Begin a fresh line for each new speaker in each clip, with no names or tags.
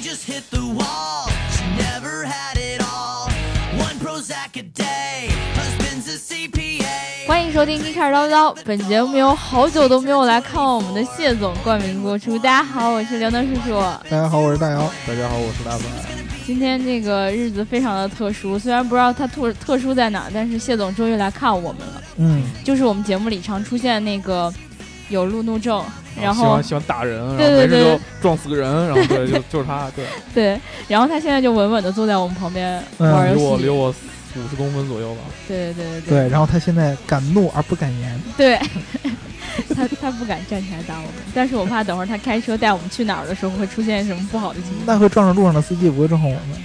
just hit the wall. She never had it all. One Prozac a day, husband's a CPA.
欢迎收听《一开始叨不叨》，本节目由好久都没有来看望我们的谢总冠名播出。大家好，我是刘能叔叔。
大家好，我是大姚。
大家好，我是大白。
今天这个日子非常的特殊，虽然不知道它特特殊在哪儿，但是谢总终于来看我们了。
嗯，
就是我们节目里常出现那个有路怒症，然
喜
后
欢喜欢打人，然
对
后
对
没事
对
就撞死个人，然后对， 就就是他，对，
对，然后他现在就稳稳的坐在我们旁边
嗯
玩
离我
游
离
戏。
我五十公分左右吧。
对对对对
对，然后他现在敢怒而不敢言。
对， 他他不敢站起来打我们，但是我怕等会儿他开车带我们去哪儿的时候会出现什么不好的情况。
那会撞上路上的司机，不会撞上我们。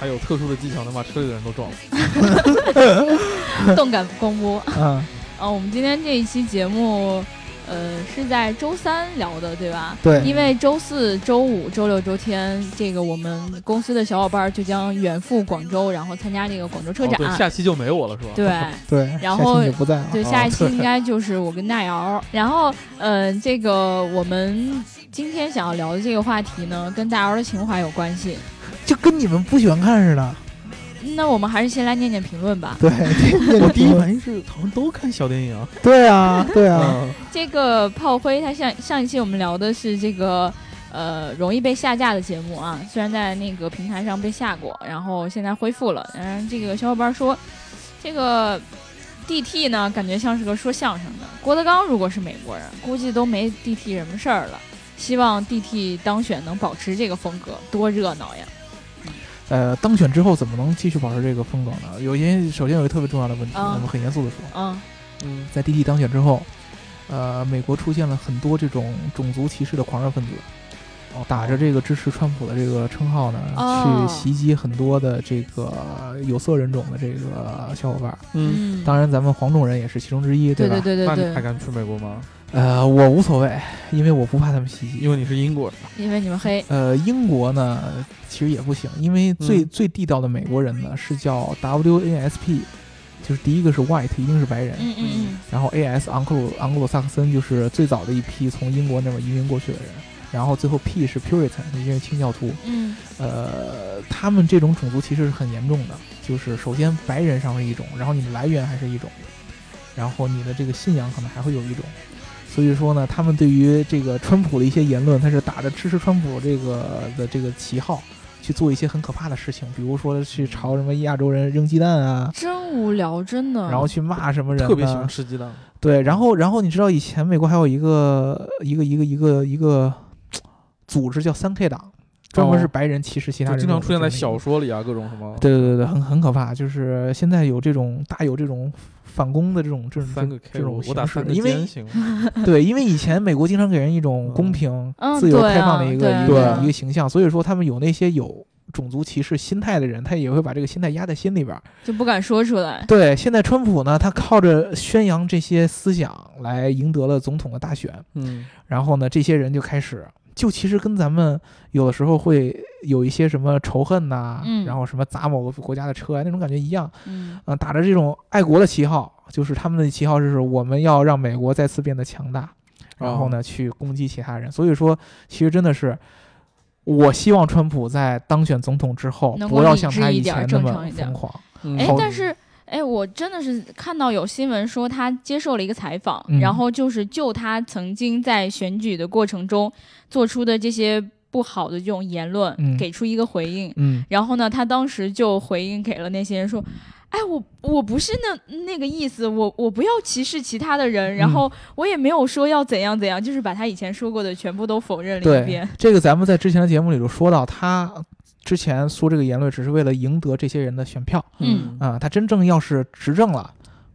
他有特殊的技巧，能把车里的人都撞死。
动感光波。
嗯，
啊，我们今天这一期节目，呃，是在周三聊的，对吧？
对
因为周四周五、周六、周天，这个我们公司的小伙伴儿就将远赴广州，然后参加这个广州车
哦
展。
对，下期就没我了，是吧？
对，
对，
然
下期
后
你就不在了。
对，
哦
下一期
对
应该就是我跟大姚。然后，呃，这个我们今天想要聊的这个话题呢，跟大姚的情怀有关系。
就跟你们不喜欢看似的。
那我们还是先来念念评论吧。
对，那
我
个
第一
评论
反应是好像都看小电影啊。
对啊，对啊，
嗯，
这个炮灰，他上上一期我们聊的是这个呃容易被下架的节目啊，虽然在那个平台上被下过，然后现在恢复了。嗯，这个小伙伴说，这个 DT 呢，感觉像是个说相声的。郭德纲如果是美国人，估计都没 DT 什么事儿了。希望 DT 当选能保持这个风格，多热闹呀！
呃，当选之后怎么能继续保持这个风格呢？有些首先有一个特别重要的问题，
嗯
我们很严肃的说，
嗯，
嗯，
在滴滴当选之后，呃，美国出现了很多这种种族歧视的狂热分子，打着这个支持川普的这个称号呢，
哦
去袭击很多的这个有色人种的这个小伙伴儿。
嗯，
嗯
当然，咱们黄种人也是其中之一，
对
吧？
对对
那
对
你还
对，
敢去美国吗？
呃，我无所谓，因为我不怕他们袭击。
因为你是英国人，
因为你们黑，
呃，英国呢，其实也不行，因为最、
嗯
最地道的美国人呢是叫 WASP，就是第一个是 white，一定是白人。
嗯嗯嗯
然后 AS 昂克鲁昂格鲁萨克森就是最早的一批从英国那边移民过去的人，然后最后 P 是 Puritan，因为清教徒。
嗯
呃，他们这种种族歧视是很严重的，就是首先白人上是一种，然后你的来源还是一种，然后你的这个信仰可能还会有一种。所以说呢，他们对于这个川普的一些言论，他是打着支持川普这个的这个旗号去做一些很可怕的事情，比如说去朝什么亚洲人扔鸡蛋啊，
真无聊，真
嗯
的。
然后去骂什么人、啊，
特别喜欢吃鸡蛋。
对，然后然后你知道以前美国还有一个一个一个一个一个组织叫三 K 党，专门是白人歧视其他
哦就
人，
经常出现在小。说里啊，各种什么。
对对对对，很很可怕，就是现在有这种大有这种反攻的这种这种
三个 K，
这种
我我打
形式
三个
因为
尖行吗？
对，因为以前美国经常给人一种公平、
嗯
自由、
对啊
开放的一个、
对啊
一个
对啊
一个形象，所以说他们有那些有。种族歧视心态的人，他也会把这个心态压在心 里边儿。
就不敢说出来。
对，现在川普呢，他靠着宣扬这些思想来赢得了总统的大选，
嗯，
然后呢，这些人就开始，就其实跟咱们有的时候会有一些什么仇恨呐、
嗯
然后什么砸某个国家的车啊那种感觉一样，
嗯
嗯、打着这种爱国的旗号，就是他们的旗号就是我们要让美国再次变得强大，然后呢去攻击其他人，所以说其实真的是。我希望川普在当选总统之后，
能够
不要
理
像
智
他
一
以
点
前那
正常
么
一点
疯狂。
嗯？
哎
好，
但是哎，我真的是看到有新闻说他接受了一个采访，
嗯
然后就是就他曾经在选举的过程中做出的这些不好的这种言论，
嗯
给出一个回应。
嗯，
然后呢，他当时就回应给了那些人说：“哎，我我不是那那个意思，我我不要歧视其他的人，然
嗯
后我也没有说要怎样怎样，就是把他以前说过的全部都否认了一
对
遍。，
这个咱们在之前的节目里就说到，他之前说这个言论只是为了赢得这些人的选票。
嗯
啊、他真正要是执政了，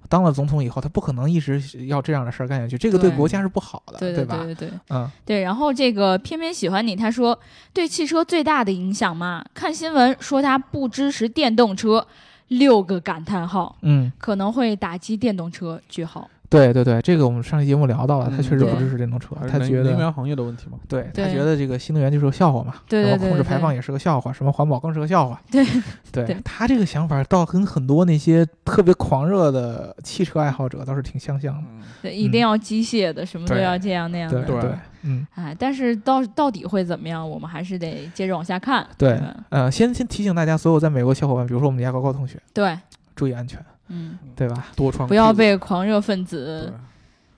当了总统以后，他不可能一直要这样的事儿干下去，这个对
对
国家是不好的，
对对
吧？
对对。”
嗯，
对，然后这个偏偏喜欢你，他说对汽车最大的影响嘛，看新闻说他不支持电动车，六个感叹号，
嗯，
可能会打击电动车，句号。
对对对，这个我们上期节目聊到了，他
嗯
确实不
对
支持电动车，
还是
他
能
觉
能
得
源行业的问题嘛？
对他
对
觉得这个新能源就是个笑话嘛，
对对
然后控制
对
排
对
放也是个笑话，什么环保更是个笑话。
对
对
对
他这个想法倒跟很多那些特别狂热的汽车爱好者倒是挺相像的。
对，一定要机械的，什么都
对
要这样那样
对
的。
对
对，嗯
哎，但是到到底会怎么样，我们还是得接着往下看。嗯
对
吧
呃，先先提醒大家，所有在美国小伙伴，比如说我们家高高同学，
对，
注意安全，
嗯，
对吧？
多穿
不要
裤子
被狂热分
对
子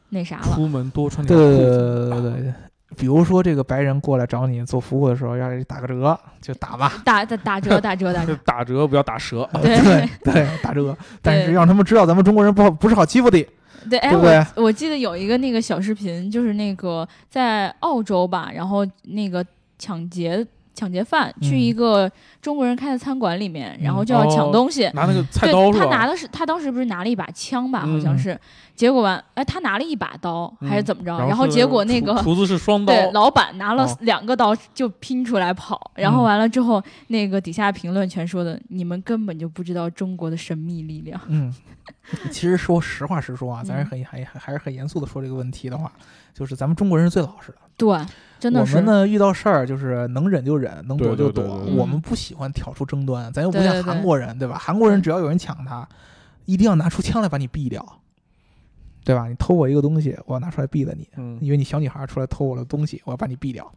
那啥了。
出门多穿
对
点
对
裤
对
子。
对对对对。比如说这个白人过来找你做服务的时候，要是打个折就打吧，
打打打折，打折，打折。
打折不要打折，
对
啊对对，打折，但是让他们知道咱们中国人不好不是好欺负的。
对，哎，
对不对
我我记得有一个那个小视频，就是那个在澳洲吧，然后那个抢劫抢劫犯去
嗯
一个中国人开的餐馆里面，然后
嗯
就要
哦
抢东西。
拿那个菜
对
刀是
他拿
吧？
的是他当时不是拿了一把枪吧，好
嗯
像是，结果完，哎，他拿了一把刀还是
嗯
怎么着？
然
后
是
结果那
厨
个
厨子是双刀，
对，老板拿了
哦
两个刀就拼出来跑，然
嗯
后完了之后，那个底下评论全说的，你们根本就不知道中国的神秘力量。
嗯， 其实说实话实说啊，咱是
嗯
很还还还是很严肃的说这个问题的话，就是咱们中国人是最老实的。
对，真的
我
是
们。呢遇到事儿就是能忍就忍，能躲就躲
对对对
对。对
我们不喜欢挑出争端，咱又
嗯
不
对
像
对对
韩国人，对吧？韩国人只要有人抢他，一定要拿出枪来把你毙掉，对吧？你偷我一个东西，我要拿出来毙了你。
嗯，
因为你小女孩出来偷我的东西，我要把你毙掉。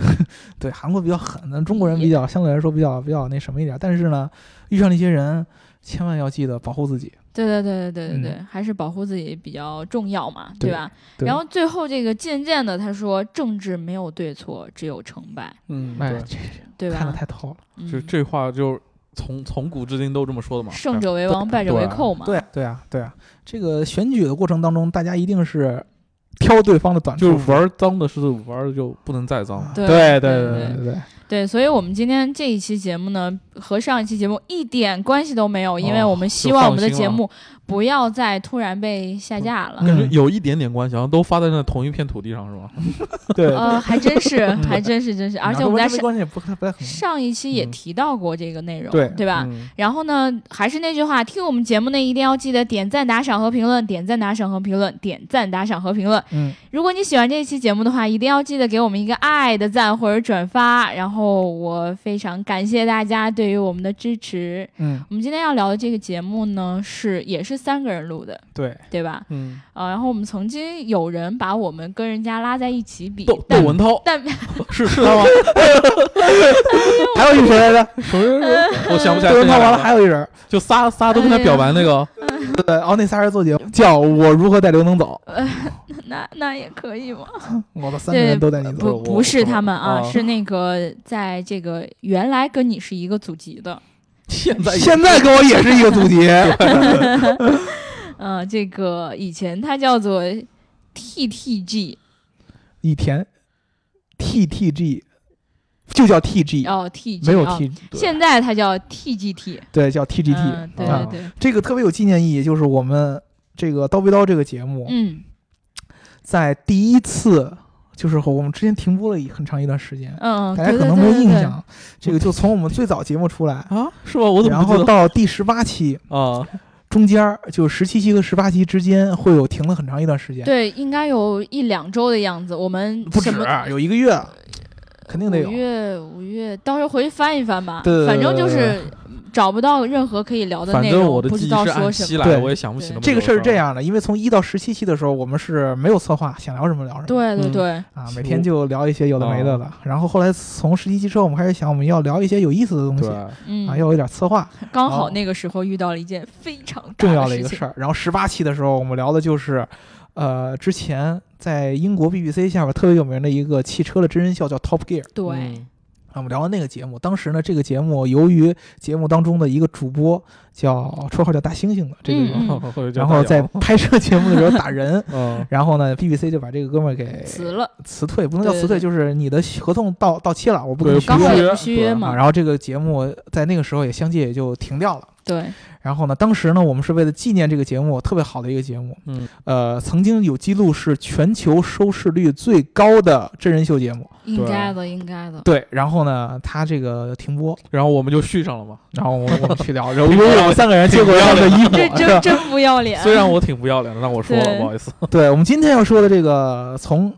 对，韩国比较狠，咱中国人比较相对来说比较比较那什么一点。但是呢，遇上那些人，千万要记得保护自己。
对对对对对对对，
嗯
还是保护自己比较重要嘛，
对
吧？
对
然后最后这个渐渐的，他说政治没有对错，只有成败，
嗯，
哎，
对，
这
对
看得
吧？
太透了。
嗯
就这话就从从古至今都这么说的嘛。
胜者为王，败者为寇嘛。
对啊，对啊，对啊。这个选举的过程当中，大家一定是挑对方的短处
就。是玩脏的是玩的就不能再脏。
对
对啊
对
对
对
对，
对，所以我们今天这一期节目呢，和上一期节目一点关系都没有，因为
哦
我们希
就
望我
放
们的
心
节
了
目不要再突然被下架了。
嗯
感觉有一点点关系，好像都发在那同一片土地上是吗？
对对。嗯
呃，还真 是，还真是，真是，而且我们在
没
上
关系，不太不太可能。
上一期也
嗯
提到过这个内容，
对
吧？
嗯
然后呢，还是那句话，听我们节目呢，一定要记得点赞、打赏和评论，点赞、打赏和评论，点赞、打赏和评论。
嗯，
如果你喜欢这一期节目的话，一定要记得给我们一个爱的赞或者转发。然后我非常感谢大家对于我们的支持。
嗯，
我们今天要聊的这个节目呢，是也是三个人录的，
对，
对吧？
嗯，
呃，然后我们曾经有人把我们跟人家拉在一起比，
窦窦
但
文涛
但
是是他吗？
还有一谁来着？
什 么人？我想不起来
对，文
是哪
涛
个
完了，还有一人，
就仨仨都跟他表白那个，
对，哦，那仨人做节目叫我如何带刘能走，
那那也可以吗？
我的三个人都带你
不是
不，
走
我
不是他们啊，
啊
是那个在这个原来跟你是一个祖籍 的，
现在
现在跟我也是一个祖籍，
呃，这个以前他叫做 TTG，
以前 T T G 就叫 T G，
哦 TG，
没有
啊
T，
现在他叫 TGT，
对，叫 T G
嗯
T，
对
啊
对，对，
这个特别有纪念意义，就是我们这个刀逼刀这个节目
嗯
在第一次，就是和我们之前停播了一很长一段时间，
嗯，
大家
对
可
对
能没有
对对
印
对
象，这个就从我们最早节目出来，
啊，是吗？我怎么
然
不
后
记得
到第十八期。
啊？
中间儿就十七期和十八期之间会有停了很长一段时间，
对，应该有一两周的样子。我们
不止
什么
有一个月，肯定
五
得有。
月五月，到时候回去翻一翻吧。
对对对
反正就
对对
是找不到任何可以聊的
反
内
正
容，
我的
不
记
知
忆
道
是
说
按
什
期
么。
来，
对
我也想不起那么
这个
多
事儿是这
了，
样的，因为从一到十七期的时候，我们是没有策划，想聊什么聊什么，
对嗯对
嗯
对，
啊，每天就聊一些有的没的了。然后后来从十七期之后，我们开始想我们要聊一些有意思的东西
对，
啊，
嗯，
要有一点策划，
刚好
哦
那个时候遇到了一件非常大
重要
的
的一个事
儿。
儿。然后十八期的时候，我们聊的就是，呃，之前在英国 BBC 下边特别有名的一个汽车的真人秀叫 Top Gear。
对，
嗯
啊，我们聊完那个节目，当时呢，这个节目由于节目当中的一个主播叫绰号叫大猩猩的这个人，
嗯
或者叫
然
大
后
姚，
在拍摄节目的时候打人
嗯
然后呢，BBC 就把这个哥们儿给
辞了，
辞退，不能叫
对
辞退，
对
就是你的合同到到期了，我不跟
对
你续
刚好
约
也
约
不续约
对啊
嘛
啊。。然后这个节目在那个时候也相继也就停掉了。
对，
然后呢，当时呢，我们是为了纪念这个节目，特别好的一个节目。
嗯，
呃，曾经有记录是全球收视率最高的真人秀节目。
应该的，应该的。
对，然后呢，他这个停播，
然后我们就续上了嘛。
然后我们我们去 聊，然后因为我们三个人结果要的一
这
模。是
真
吧
真不要脸，
啊虽然我挺不要脸的，但我说了，
对
不 好意思。
啊对，我们今天要说的这个从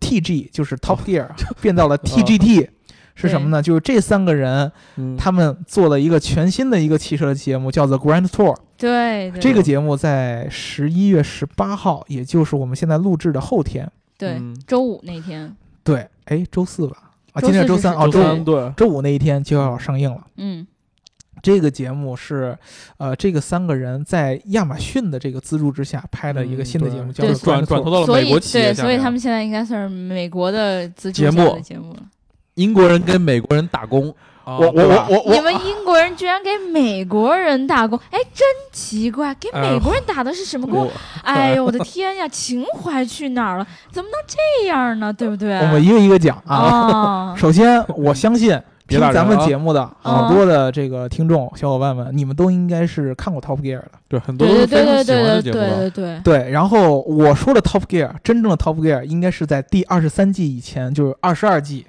TG
哦
就是 Top Gear 变 到了 TGT。是什么呢？就是这三个人，
嗯，
他们做了一个全新的一个汽车的节目，叫做 Grand Tour。
对对
这个节目在十一月十八号，也就是我们现在录制的后天，
对
嗯
周五那天，
对，哎，周四吧，啊，
周
今天
四
周
是
三
周
哦，
周
周
三
五
对，
周五那一天就要上映了。
嗯，
这个节目是，呃，这个三个人在亚马逊的这个资助之下拍的一个
嗯
新的
对
节目，叫
就
做
是
《
转转投到了
所以
美国企业
对，
下
所以
面啊
他们现在应该算是美国的资助
节
下
目
的节目了。
英国人跟美国人打工。啊
我我
对吧
我我
你
我，
们英国人居然给美国人打工，哎，真奇怪，给
哎
美国人打的是什么工？
我
哎呦我的天呀，情怀去哪儿了？怎么能这样呢？对不对？
我们一个一个讲啊。
啊，
首先，我相信
别
听
打人
咱们
啊
节目的
啊
很多的这个这个听众小伙伴们，你们都应该是看过《Top Gear》的。
对 很多
对
都是
对
非
对
常
对
喜
对对
欢的节目
对
的。
对
对，然后我说的 Top Gear，真正的 Top Gear 应该是在第二十三季以前，就是二十二季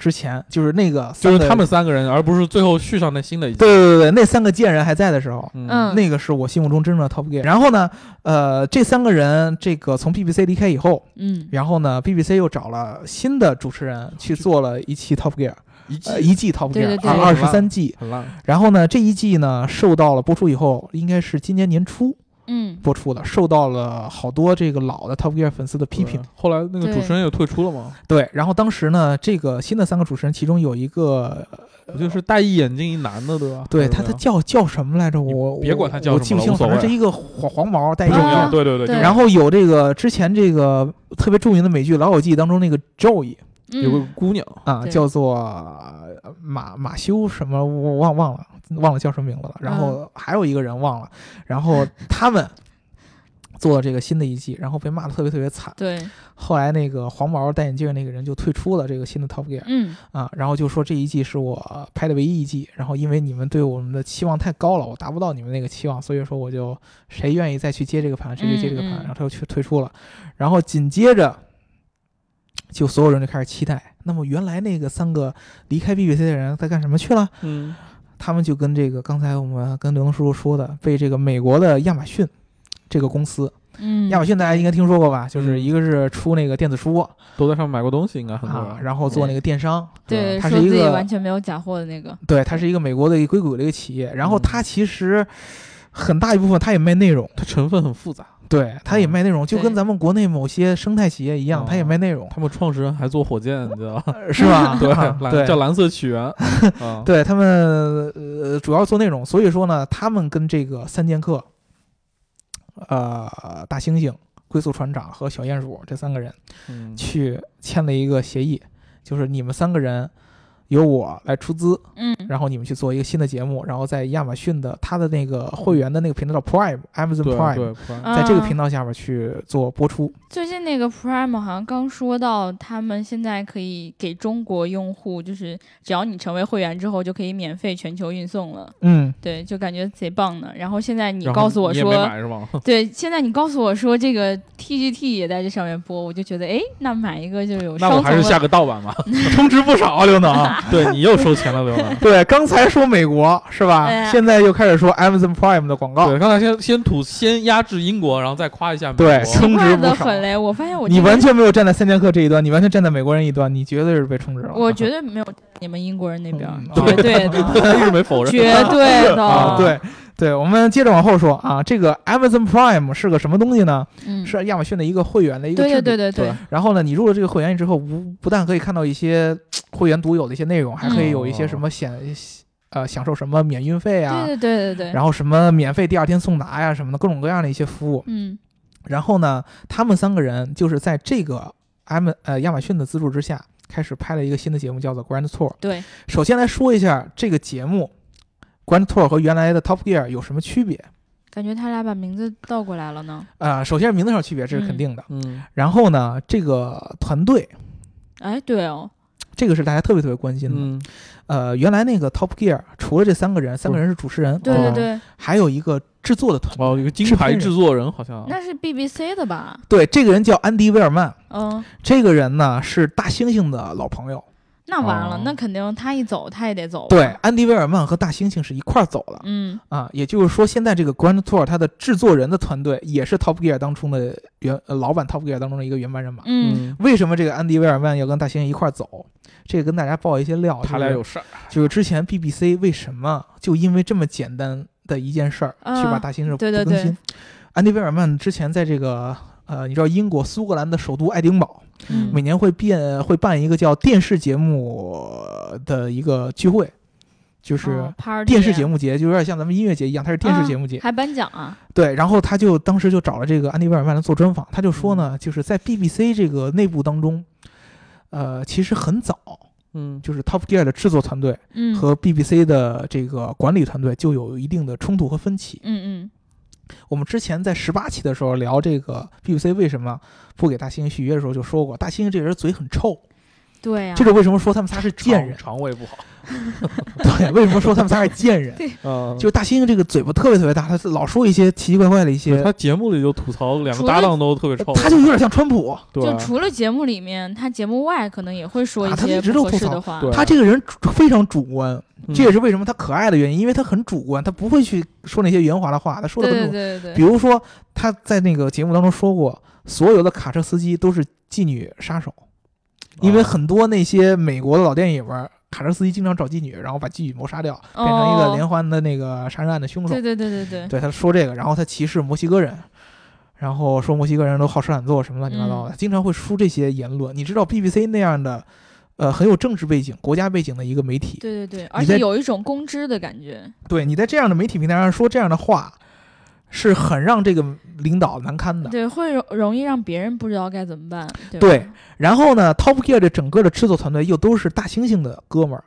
之前，就是那个
就
三
是
个
他们三个人，而不是最后续上那新的一集。
对对对对，那三个贱人还在的时候，
嗯
那个是我心目中真正的 Top Gear。然后呢，呃，这三个人这个从 BBC 离开以后，
嗯，
然后呢，BBC 又找了新的主持人去做了一期 Top Gear，
一季
呃，一季 Top
对对
Gear，
对
二十三季。
很烂。
然后呢，这一季呢，受到了播出以后，应该是今年年初
嗯，
播出的，受到了好多这个老的 Top Gear 粉丝的批评
对。后来那个主持人也退出了嘛，
对，然后当时呢，这个新的三个主持人，其中有一个，呃
不就是戴一眼镜一男的对吧？啊
对
还
他
是
他叫叫什么来着？我
别管他叫
我
什
记不
么了
清，
无所
反正
谓
是一个黄黄毛戴一
不
个
重
啊
要，对对
对
对，就是
然后有这个之前这个特别著名的美剧《老友记》当中那个 Joey
有个
嗯
姑娘，
啊，
对
叫做呃马马修什么，我忘忘了忘了叫什么名字了。然后还有一个人忘了，然后他们做了这个新的一季，然后被骂的特别特别惨。
对，
后来那个黄毛戴眼镜那个人就退出了这个新的 Top Gear
嗯，
啊，然后就说这一季是我拍的唯一一季，然后因为你们对我们的期望太高了，我达不到你们那个期望，所以说我就谁愿意再去接这个盘，谁就接这个盘，
嗯嗯
然后他就去退出了，然后紧接着就所有人就开始期待，那么原来那个三个离开 BBC 的人在干什么去了？
嗯，
他们就跟这个刚才我们跟刘能叔叔说的，被这个美国的亚马逊这个公司，
嗯，
亚马逊大家应该听说过吧？就是
嗯
一个是出那个电子书
都在上面买过东西，应该很多
啊，
人。
然后做那个电商。
对，
它
说
是一
自己
个
完全没有假货的那个，
对，它是一个美国的一个硅谷的一个企业，然后
嗯
它其实很大一部分它也卖内容，
它成分很复杂，
对，它也卖内容，就跟
对
咱们国内某些生态企业一样，它也
嗯哦
卖内容，
他们创始人还做火箭，你知道吧？
呃是吧？
对，
啊
蓝叫
对。
蓝色 起源。啊，
对他们呃主要做内容，所以说呢，他们跟这个三剑客，呃，大猩猩、龟速船长和小鼹鼠这三个人
嗯
去签了一个协议，就是你们三个人由我来出资，
嗯，
然后你们去做一个新的节目，然后在亚马逊的它的那个会员的那个频道叫 Prime Amazon
对
Prime，
对，Prime
在这个
啊
频道下边去做播出。
最近那个 Prime 好像刚说到，他们现在可以给中国用户，就是只要你成为会员之后，就可以免费全球运送了。
嗯，
对，就感觉贼棒呢。然后现在你
然后
告诉我
你也没
说，
买是吧？
对，现在你告诉我说这个 TGT 也在这上面播，我就觉得，哎，那买一个就有
那我
双
还是
重
下
的。
个盗版 吧。
充值不少啊，刘能。
对你又收钱了，刘能。
对，刚才说美国是吧？
哎呀
现在又开始说 Amazon Prime 的广告
对，。刚才先先吐先压制英国，然后再夸一下美国。
对充
奇怪
值 不
的
少
很嘞，我发现我
你
这
完
边
全没有站在三剑客这一端，你完全站在美国人一端，你绝对是被充值了。啊
我绝对没有你们英国人那边儿
嗯，
绝对 的，
他一直没否认。
绝对的，
啊，对对，我们接着往后说啊，这个 Amazon Prime 是个什么东西呢？
嗯，
是啊亚马逊的一个会员的一个
对对
制度。
对对
对
对，嗯
然后呢，你入了这个会员之后，不不但可以看到一些嘖会员独有的一些内容，还可以有一些什么享、呃享受什么免运费啊，
对对对对对，
然后什么免费第二天送达呀、什么的各种各样的一些服务。
嗯
然后呢，他们三个人就是在这个 M 呃亚马逊的资助之下，开始拍了一个新的节目，叫做 Grand Tour。
对，
首先来说一下这个节目 Grand Tour 和原来的 Top Gear 有什么区别？
感觉他俩把名字倒过来了呢。
啊，首先是名字上
嗯
区别，这是肯定的。
嗯，
然后呢，这个团队
哎，对哦，
这个是大家特别特别关心的。
嗯
呃，原来那个 Top Gear 除了这三个人，三个人是主持人，
对
哦
对对，
还有一个制作的团队。
哦，有个金牌制作人好
哦
像
那是 BBC 的吧？
哦
对，这个人叫安迪·威尔曼，
嗯，
这个人呢是大猩猩的老朋友。
那完了，
哦
那肯定他一走，他也得走。
对，，安迪·威尔曼和大猩猩是一块儿走了
嗯，
啊，也就是说，现在这个 Grand Tour 它的制作人的团队也是 Top Gear 当中的原呃老版 Top Gear 当中的一个原班人马。
嗯，
为什么这个安迪·威尔曼要跟大猩猩一块儿走？这个跟大家爆一些料，
他
就是
俩有事儿，
就是之前 BBC 为什么就因为这么简单的一件事儿、
啊
去把大猩猩不
对对
更
对
新？安迪·威尔曼之前在这个呃，你知道英国苏格兰的首都爱丁堡，
嗯
每年会变会办一个叫电视节目的一个聚会，就是
哦 party
电视节目节，就有点像咱们音乐节一样，它是电视节目节。
还颁奖啊？
对，然后他就当时就找了这个安迪·威尔曼来做专访，他就说
嗯
呢，就是在 BBC 这个内部当中，呃，其实很早
嗯
就是 Top Gear 的制作团队。
嗯，
和 BBC 的这个管理团队就有一定的冲突和分歧。
嗯
我们之前在十八期的时候聊这个 BBC 为什么不给大猩猩续约的时候就说过，大猩猩这人嘴很臭，
嗯，对呀、
这就是为什么说他们仨是贱人。
肠胃不好，
对，为什么说他们仨是 贱人？
嗯，
就是大猩猩这个嘴巴特别特别大，他是老说一些奇奇怪怪的一些，
他节目里就吐槽两
除
个
了
搭档都特别臭，
他就有点像川普。
对啊
就除了节目里面，他节目外可能也会说
啊他
些
一直
不
都
合
吐
适
槽
的话。
对啊
他这个人主非常主观，
嗯
这也是为什么他可爱的原因，因为他很主观，他不会去说那些圆滑的话，他说的
对
很主
对
观。
对对
比如说他在那个节目当中说过，所有的卡车司机都是妓女杀手，因为很多那些美国的老电影儿，卡车司机经常找妓女，然后把妓女谋杀掉，变成一个连环的那个杀人案的凶手。
哦对对对对对对，
对，他说这个，然后他歧视墨西哥人。然后说墨西哥人都好吃懒做什么乱七八糟
嗯
的，经常会出这些言论。你知道 BBC 那样的，呃，很有政治背景、国家背景的一个媒体，
对对对，而
你
且
在
有一种公知的感觉。
对你在这样的媒体平台上说这样的话，是很让这个领导难堪的。
对，会容容易让别人不知道该怎么办。对
对
吧
然后呢，Top Gear 这整个的制作团队又都是大猩猩的哥们儿，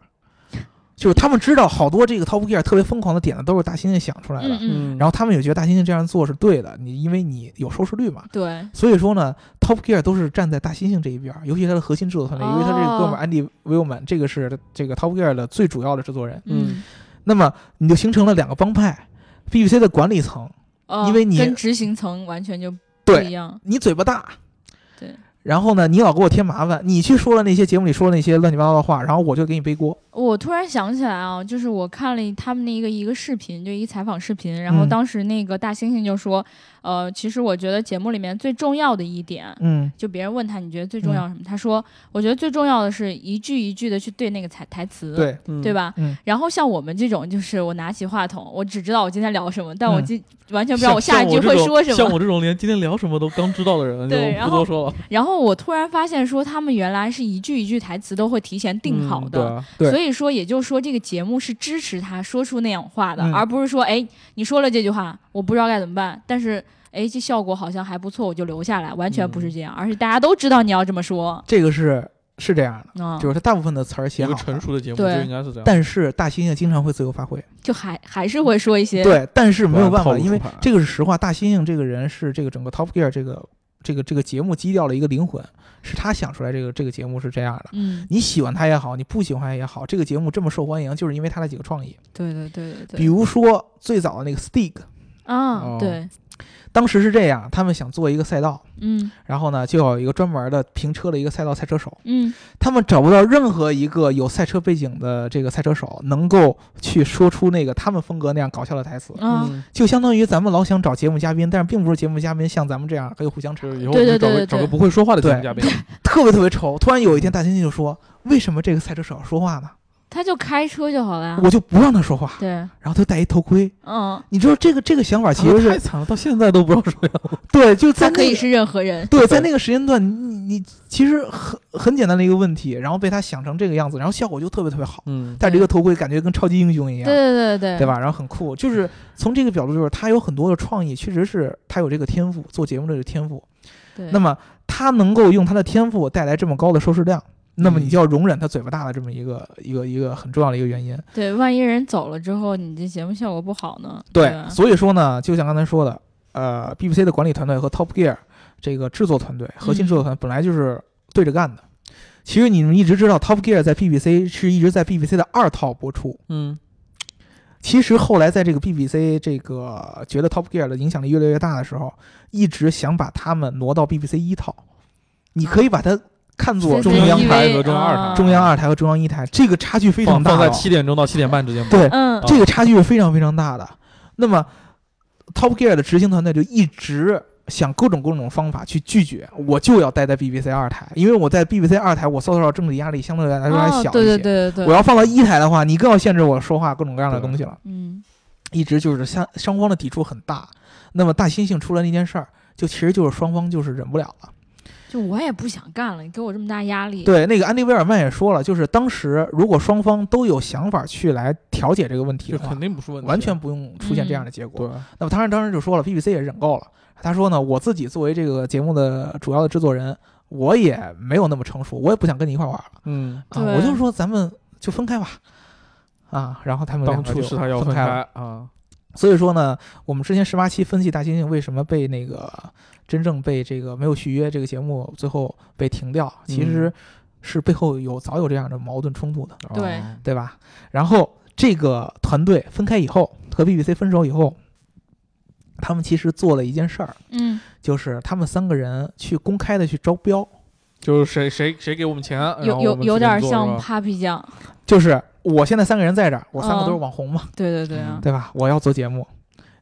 就是他们知道好多这个 Top Gear 特别疯狂的点子都是大猩猩想出来的，
嗯嗯，
然后他们也觉得大猩猩这样做是对的，你因为你有收视率嘛。
对，
所以说呢，Top Gear 都是站在大猩猩这一边儿，尤其他的核心制作团队，因为他这个哥们
哦
儿 Andy Willman，这个是这个 Top Gear 的最主要的制作人。
嗯
嗯，
那么你就形成了两个帮派，BBC 的管理层，
哦
因为你
跟执行层完全就不
对
一样。
你嘴巴大，
对，
然后呢，你老给我添麻烦，你去说了那些节目里说的那些乱七八糟的话，然后我就给你背锅。
我突然想起来啊，就是我看了他们的一个一个视频，就一个采访视频，然后
嗯
当时那个大猩猩就说，呃，其实我觉得节目里面最重要的一点，
嗯
就别人问他你觉得最重要是什么，他说，我觉得最重要的是一句一句的去对那个台台词，，
对，
嗯
对？吧？
嗯
然后像我们这种，就是我拿起话筒，我只知道我今天聊什么，但我
嗯
今、完全不知道
像
下一句会说什
像
么。
我这种像我这种连今天聊什么都刚知道的人，
对
就
然
不
后
多说了。
然后我突然发现说，他们原来是一句一句台词都会提前定好
嗯对
的，
啊
对
所以说，也就是说，这个节目是支持他说出那样话的，
嗯
而不是说，哎，你说了这句话，我不知道该怎么办，但是，哎，这效果好像还不错，我就留下来，完全不是这样，而是大家都知道你要这么说，
这个是是这样的，
嗯，
就是他大部分的词儿
一
写好
个
了
成熟的节目就
对
应该是这样。
但是大猩猩经常会自由发挥。
就还还是会说一些，
对，但是没有办
套
法，
路出
因为
牌
这个是实话。大猩猩这个人是这个整个 Top Gear 这个这个这个节目基调的一个灵魂，是他想出来这个这个节目是这样的。
嗯，
你喜欢他也好，你不喜欢也好，这个节目这么受欢迎，就是因为他的几个创意。
对对对对
比
对，
如说最早的那个 Stig，
啊，
哦
对，
当时是这样，他们想做一个赛道，
嗯
然后呢，就有一个专门的评车的一个赛道赛车手，
嗯，
他们找不到任何一个有赛车背景的这个赛车手能够去说出那个他们风格那样搞笑的台词，
啊，
嗯
就相当于咱们老想找节目嘉宾，但是并不是节目嘉宾像咱们这样可以互相插
就，是以后
对对
我们找
对
个
对
找
对
个不会说话的节目
对
嘉宾，
特别特别愁。突然有一天，大猩猩就说：“为什么这个赛车手要说话呢？
他就开车就好了呀，
我就不让他说话。
嗯对，”
然后他戴一头盔，
嗯，
你知道这个这个想法其实
太
是
惨了，到现在都不知道说啥。
对，就在
啊他
那
可以
个
是任何人，
对，在那个时间段，你你其实很很简单的一个问题，然后被他想成这个样子，然后效果就特别特别好。
嗯，
戴着一个头盔，感觉跟超级英雄一
对
样，
对对对
对？吧？然后很酷，就是从这个角度，就是他有很多的创意，确实是他有这个天赋，做节目的这个天赋。
对，
那么他能够用他的天赋带来这么高的收视量，那么
嗯
你就要容忍他嘴巴大的这么一个一个一个很重要的一个原因。
对，万一人走了之后，你这节目效果不好呢？吧
所以说呢，就像刚才说的，呃，BBC 的管理团队和 Top Gear 这个制作团队、核心制作团队本来就是对着干的。其实你们一直知道 Top Gear 在 BBC 是一直在 BBC 的二套播出。
嗯
其实后来在这个 BBC 这个觉得 Top Gear 的影响力越来越大的时候，一直想把他们挪到 BBC 一套。你可以把它看
啊
作
中
中
央
央
台
台、
和中央二台
台
中央二台和中央一台，这个差距非常
放
大
放
哦。
在七啊点钟到七点半之间播。
对，
嗯
这个差距是非常非常大的。那么，Top Gear 的执行团队就一直想各种各种方法去拒绝，我就要待在 BBC 二台，因为我在 BBC 二台我受到政治压力相对来说还小一些。
哦对对对对
我
对，
要放到一台的话，你更要限制我说话各种各样的东西了。
嗯
一直就是相双方的抵触很大。那么大猩猩出了那件事儿，就其实就是双方就是忍不了了。
就我也不想干了，你给我这么大压力，
对，那个安迪威尔曼也说了，就是当时如果双方都有想法去来调解这个问题
就
的话
肯，定不是问题，
完全不用出现这样的结果。
对，
那么当然，当时就说了，BBC 也忍够了。他说呢，我自己作为这个节目的主要的制作人，我也没有那么成熟，我也不想跟你一块玩了
嗯，
啊。
对
我就说咱们就分开吧，啊，然后他们
当
两个
初
就是
他要
分
分
开
开
了。
啊，
所以说呢，我们之前十八期分析大猩猩为什么被那个真正被这个没有续约这个节目最后被停掉，其实是背后有早有这样的矛盾冲突的。
对
哦
对吧？然后这个团队分开以后，和 BBC 分手以后，他们其实做了一件事儿，
嗯
就是他们三个人去公开的去招标，
就是谁谁谁给我们钱，然
哎
有
后我
有
们
有
去
点
做
像
是吧
Papi 酱，
就是我现在三个人在这儿，我三个
嗯
都是网红嘛，
对对对啊
嗯！
对吧？我要做节目，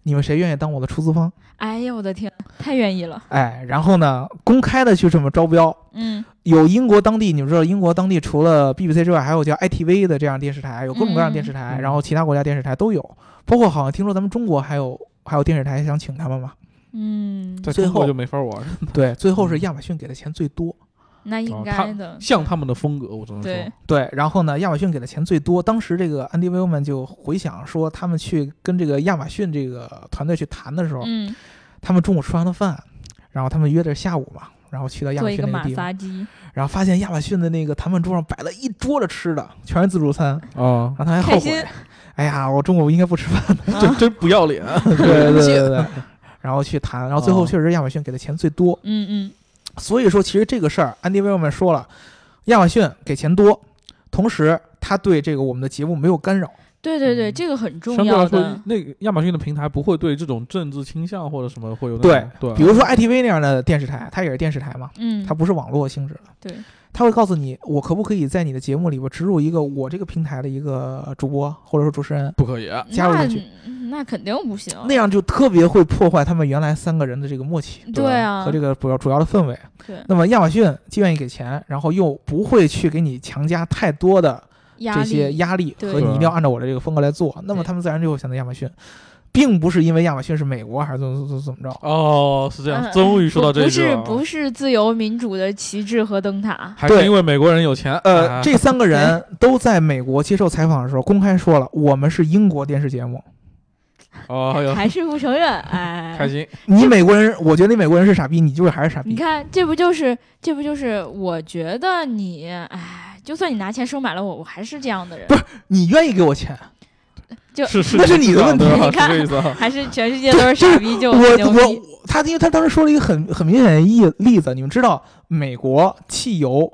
你们谁愿意当我的出资方？
哎呀，我的天，太愿意了，
哎，然后呢，公开的去这么招标。
嗯，
有英国当地，你们知道英国当地除了 BBC 之外，还有叫 ITV 的这样电视台，有各种各样的电视台，
嗯
然后其他国家电视台都有，包括好像听说咱们中国还有还有电视台想请他们嘛，
嗯，
在
最
中国
后
就没 法玩了，
对，最后是亚马逊给的钱最多。
那
哦
应该的，
像他们的风格，我只能说，
对，
对，然后呢，亚马逊给的钱最多。当时这个安迪威尔曼就回想说，他们去跟这个亚马逊这个团队去谈的时候，
嗯，
他们中午吃完了饭，然后他们约的是下午嘛，然后去到亚
做
马
一
逊
个
那
马
个地方，
杀鸡，
然后发现亚马逊的那个谈判桌上摆了一桌子吃的，全是自助餐，
啊，
然后他还
开
后
心
悔， 哎呀，我中午应该不吃饭，
这真不要脸，
啊
啊
对对对对对。然后去谈，然后最后确实亚马逊给的钱最多，
嗯嗯，
所以说，其实这个事儿，安迪威尔曼说了，亚马逊给钱多，同时他对这个我们的节目没有干扰。
对对对，
嗯
这个很重
相对
要
来
的
说，，那个亚马逊的平台不会对这种政治倾向或者什么会有那
对
种对，
比如说 ITV 那样的电视台，它也是电视台嘛，
嗯，
它不是网络性质的，
对，
它会告诉你，我可不可以在你的节目里边植入一个我这个平台的一个主播或者说主持人，
哦
不可以，
加入进去
那那肯定不行，
那样就特别会破坏他们原来三个人的这个默契
对啊
和，这个主要主要的氛围。
对
那么亚马逊既愿意给钱，然后又不会去给你强加太多的
压
这些
力，
压力
对
和你一定要按照我的这个风格来做，那么
对
他们自然就会选择亚马逊，并不是因为亚马逊是美国还是怎么怎么怎么着。
哦，是这样，
嗯
终于说到这
不
一句
是
了，
不是自由民主的旗帜和灯塔，
还是
对
因为美国人有钱，
呃，
啊
这三个人都在美国接受采访的时候公开说了，我们是英国电视节目，
哦 哎呦
还是不承认，哎，
开心，
你美国人，我觉得你美国人是傻逼，你就是还是傻
你
逼。
看，这不就是这不就是？我觉得你，哎，就算你拿钱收买了我，我还是这样的人
不。你愿意给我钱，
就是
是，
那是你的问题
对吧
你看
是这意思啊，
还是全世界都是傻逼就
我
很牛
我
逼。
他，因为他当时说了一个很很明显的例例子，你们知道美国汽油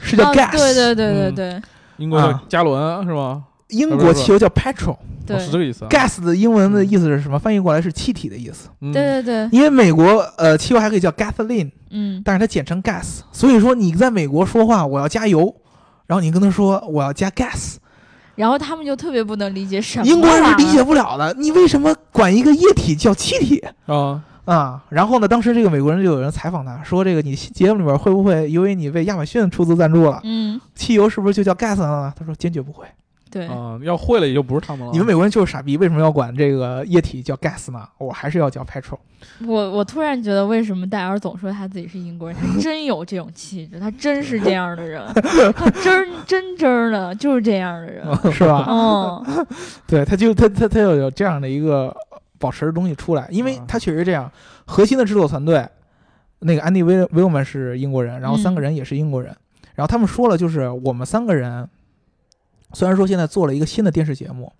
是叫
啊
gas，、
对对对对
嗯
对、
英国的
啊
加伦是吗？
英
不是
国
不是
汽油叫 petrol，gas
对、
哦是这个意思啊，
的英文的意思是什么？翻译过来是气体的意思。
嗯
对对对，
因为美国呃汽油还可以叫 gasoline，
嗯，
但是它简称 gas，所以说你在美国说话我要加油，然后你跟他说我要加 gas，
然后他们就特别不能理解什么
英国人是
玩意
理
儿
解不了的，你为什么管一个液体叫气体
啊，
啊、然后呢，当时这个美国人就有人采访他说，这个你节目里边会不会由于你为亚马逊出资赞助了，
嗯，
汽油是不是就叫 gas 了呢？他说坚决不会，
对，
啊，要会了也就不是他们了。
你们美国人就是傻逼，为什么要管这个液体叫 gas 呢？我还是要叫 petrol。
我我突然觉得，为什么戴尔总说他自己是英国人？他真有这种气质，他真是这样的人，他真真真儿的就是这样的 人。
是吧？
嗯，
对，他就他他他要有这样的一个保持的东西出来，因为
啊
他确实这样。核心的制作团队，那个安迪威威尔曼是英国人，然后三
嗯
个人也是英国人，然后他们说了，就是我们三个人虽然说现在做了一个新的电视节目，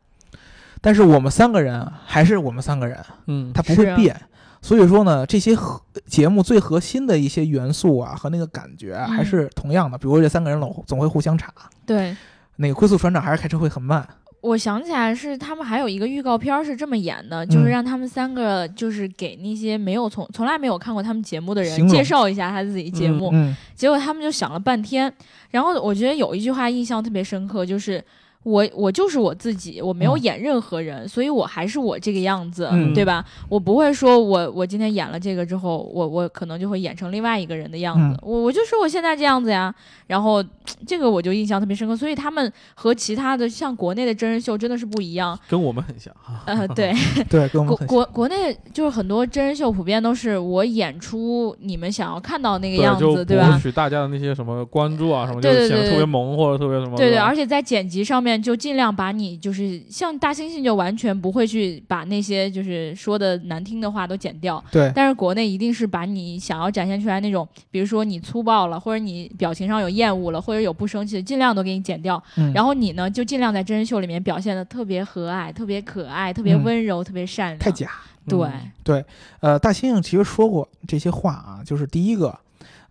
但是我们三个人还是我们三个人，
嗯，
它不
是
会
啊
变。所以说呢，这些核节目最核心的一些元素啊和那个感觉啊
嗯
还是同样的。比如说这三个人总总会互相查，
对，
那个龟速船长还是开车会很慢，
我想起来是他们还有一个预告片儿是这么演的，就是
嗯
让他们三个就是给那些没有从从来没有看过他们节目的
形
人
容
介绍一下他自己节目，
嗯，
结果他们就想了半天。然后我觉得有一句话印象特别深刻，就是。我我就是我自己，我没有
嗯
演任何人，所以我还是我这个样子，
嗯
对吧？我不会说我我今天演了这个之后，我我可能就会演成另外一个人的样子，
嗯
我我就说我现在这样子呀。然后这个我就印象特别深刻，所以他们和其他的像国内的真人秀真的是不一样。
跟我们很像啊。
呃， 对，
对，跟
国
我们很像
国国内就是很多真人秀普遍都是我演出你们想要看到那个
对，
样
就
子，对
博
吧？
取大家的那些什么关注啊，什么就
对对
显得
对
特别
对
萌或者特别什么。
对对，
吧
而且在剪辑上面就尽量把你就是像大猩猩就完全不会去把那些就是说的难听的话都剪 掉，
对，
但是国内一定是把你想要展现出来那种，比如说你粗暴了，或者你表情上有厌恶了，或者有不生气的，尽量都给你剪掉。
嗯
然后你呢，就尽量在真人秀里面表现的特别和蔼、特别可爱、特别
嗯
温柔、特别善良。
太假。
对，
嗯
呃，大猩猩其实说过这些话啊，就是第一个，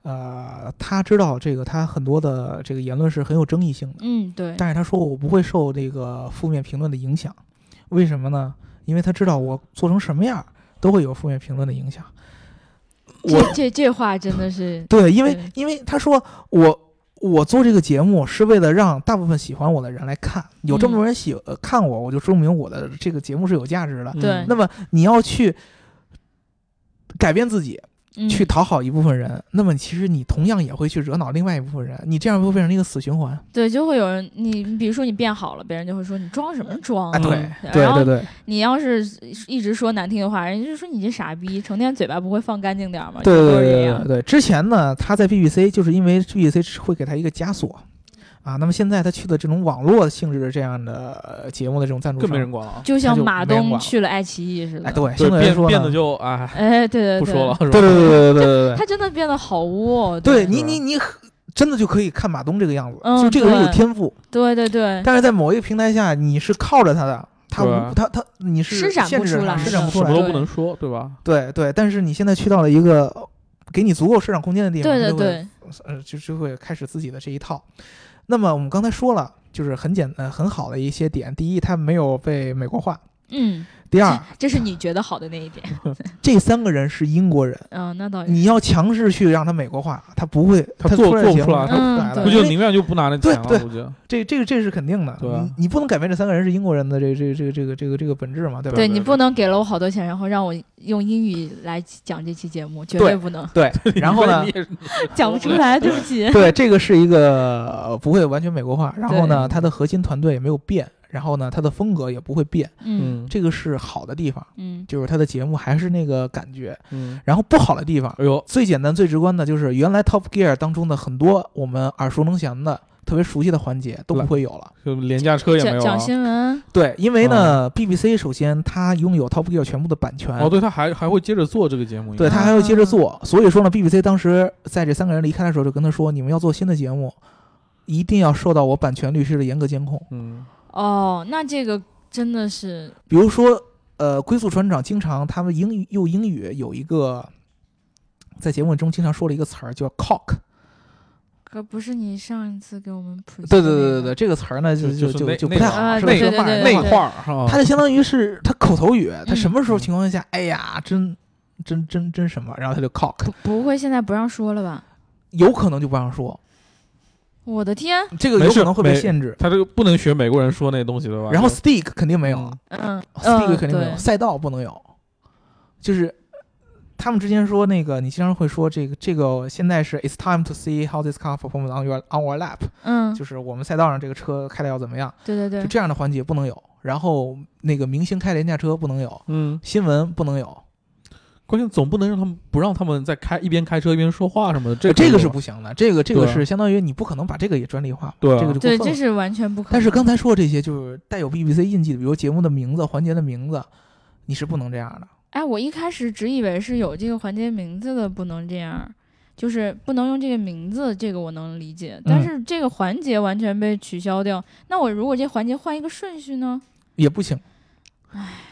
呃，他知道这个他很多的这个言论是很有争议性的，
嗯，对，
但是他说我不会受这个负面评论的影响，为什么呢？因为他知道我做成什么样儿都会有负面评论的影响。，
这这这话真的是
对，因为
对
因为他说我我做这个节目是为了让大部分喜欢我的人来看，有
嗯
这么多人喜、呃看我，我就证明我的这个节目是有价值的。
对
嗯那么你要去改变自己，
嗯
去讨好一部分人，那么其实你同样也会去惹恼另外一部分人，你这样会变成一个死循环。
对，就会有人你，你比如说你变好了，别人就会说你装什么装
哎，
啊？
对
嗯
对
然后
对对
你要是一直说难听的话，人家就说你这傻逼，成天嘴巴不会放干净点儿吗？
对
就
对
都是这
对
样
对对。之前呢，他在 BBC 就是因为 BBC 会给他一个枷锁。啊，那么现在他去的这种网络性质的这样的呃节目的这种赞助
更
商，
没人管了，
就像
就
马
没人
东
管了
去了爱奇艺似的。
哎，对，
对
相对来
变
说
变
呢
得就哎，
哎，对对对，
不说了，是吧？
对对对对对对对
他真的变得好污、哦。
对，对
对
你你你很真的就可以看马东这个样子，
嗯
就这个人有
对
天赋，
对对对
但是在某一个平台下你是靠着他的，他
对啊
无他他你是
施展不
限制着
出
他
来
施
的
展不
什
出
么
来
都
的，
不能说，对吧？
对对，但是你现在去到了一个呃给你足够市场空间的地方，
对对
就会
对，
呃，就就会开始自己的这一套。那么我们刚才说了，就是很简单、很好的一些点。第一，它没有被美国化；
嗯，
第二，
这是你觉得好的那一点。
这三个人是英国人，
嗯，那倒也是。
你要强制去让他美国化，他不会，
他
他
做
出来
做不
节
出
目
来
他
嗯
来
对
的。
估
不
计
就
因为
宁愿就不拿那
对
钱了，
对
估计。
这这个这是肯定的，
对啊
你你不能改变这三个人是英国人的这这这这个这个这个本质嘛，对吧？
对
对
你
对
不能给了我好多钱，然后让我用英语来讲这期节目，绝
对
对不 能
对，然后呢
你，也是
讲不出来，对不 起。
对，这个是一个呃不会完全美国化，然后呢，
对
它的核心团队也没有变，然后呢，它的风格也不会变，
嗯
嗯
这个是好的地方，
嗯
就是它的节目还是那个感觉。
嗯，
然后不好的地方，
哎呦，
最简单、最直观的就是原来 Top Gear 当中的很多我们耳熟能详的、特别熟悉的环节都不会有了。
就廉价车也没
讲
有
讲
啊。
新闻，
对，因为呢、b b c 首先它拥有 Top Gear 全部的版权，
嗯哦，对，他嗯还还会接着做这个节目，
哎对
应
他还要接着做。所以说呢，BBC 当时在这三个人离开的时候，就跟他说：“你们要做新的节目，一定要受到我版权律师的严格监控。
该嗯，
哦，那这个真的是，
比如说，呃，龟速船长经常他们英语用英语有一个在节目中经常说的一个词儿叫 cock。
可不是你上一次给我们普及
对
的
对对对
那
对，
个，
这个词儿呢就
就
就
就是
就就
那那
不太
种
好，
啊
是吧？
对
这
对
个骂人
对
的
那
话
对
块儿啊，
他就相当于是他口头语，他
嗯
什么时候情况下，哎呀，真真真真什么，然后他就 cock，
不不会现在不让说了吧？
有可能就不让说，
我的天，
这个
没
有
事
可能会被
没
限制。
他这个不能学美国人说那东西，对吧？
然后
就
stick 肯定没有
嗯
嗯，
，stick
呃
哦肯定没
对
有，赛道不能有，就是。他们之前说那个，你经常会说这个，这个现在是 it's time to see how this car performs on your on our lap，、
嗯，
就是我们赛道上这个车开的要怎么样，
对对
就
对，
这样的环节不能有。然后那个明星开廉价车不能有，
嗯，
新闻不能有，
关键总不能让他们不让他们在开一边开车一边说话什么的，这
呃这
这
个是不行的，这个这个
对啊
是相当于你不可能把这个也专利化，
对啊
这个就
对，
过分
这
了。
是完全不可能。
但是刚才说的这些就是带有 BBC 印记的，比如节目的名字、环节的名字，你是不能这样的。
哎，我一开始只以为是有这个环节名字的不能这样，就是不能用这个名字，这个我能理解。但
嗯
是这个环节完全被取消掉，那我如果这环节换一个顺序呢？
也不行，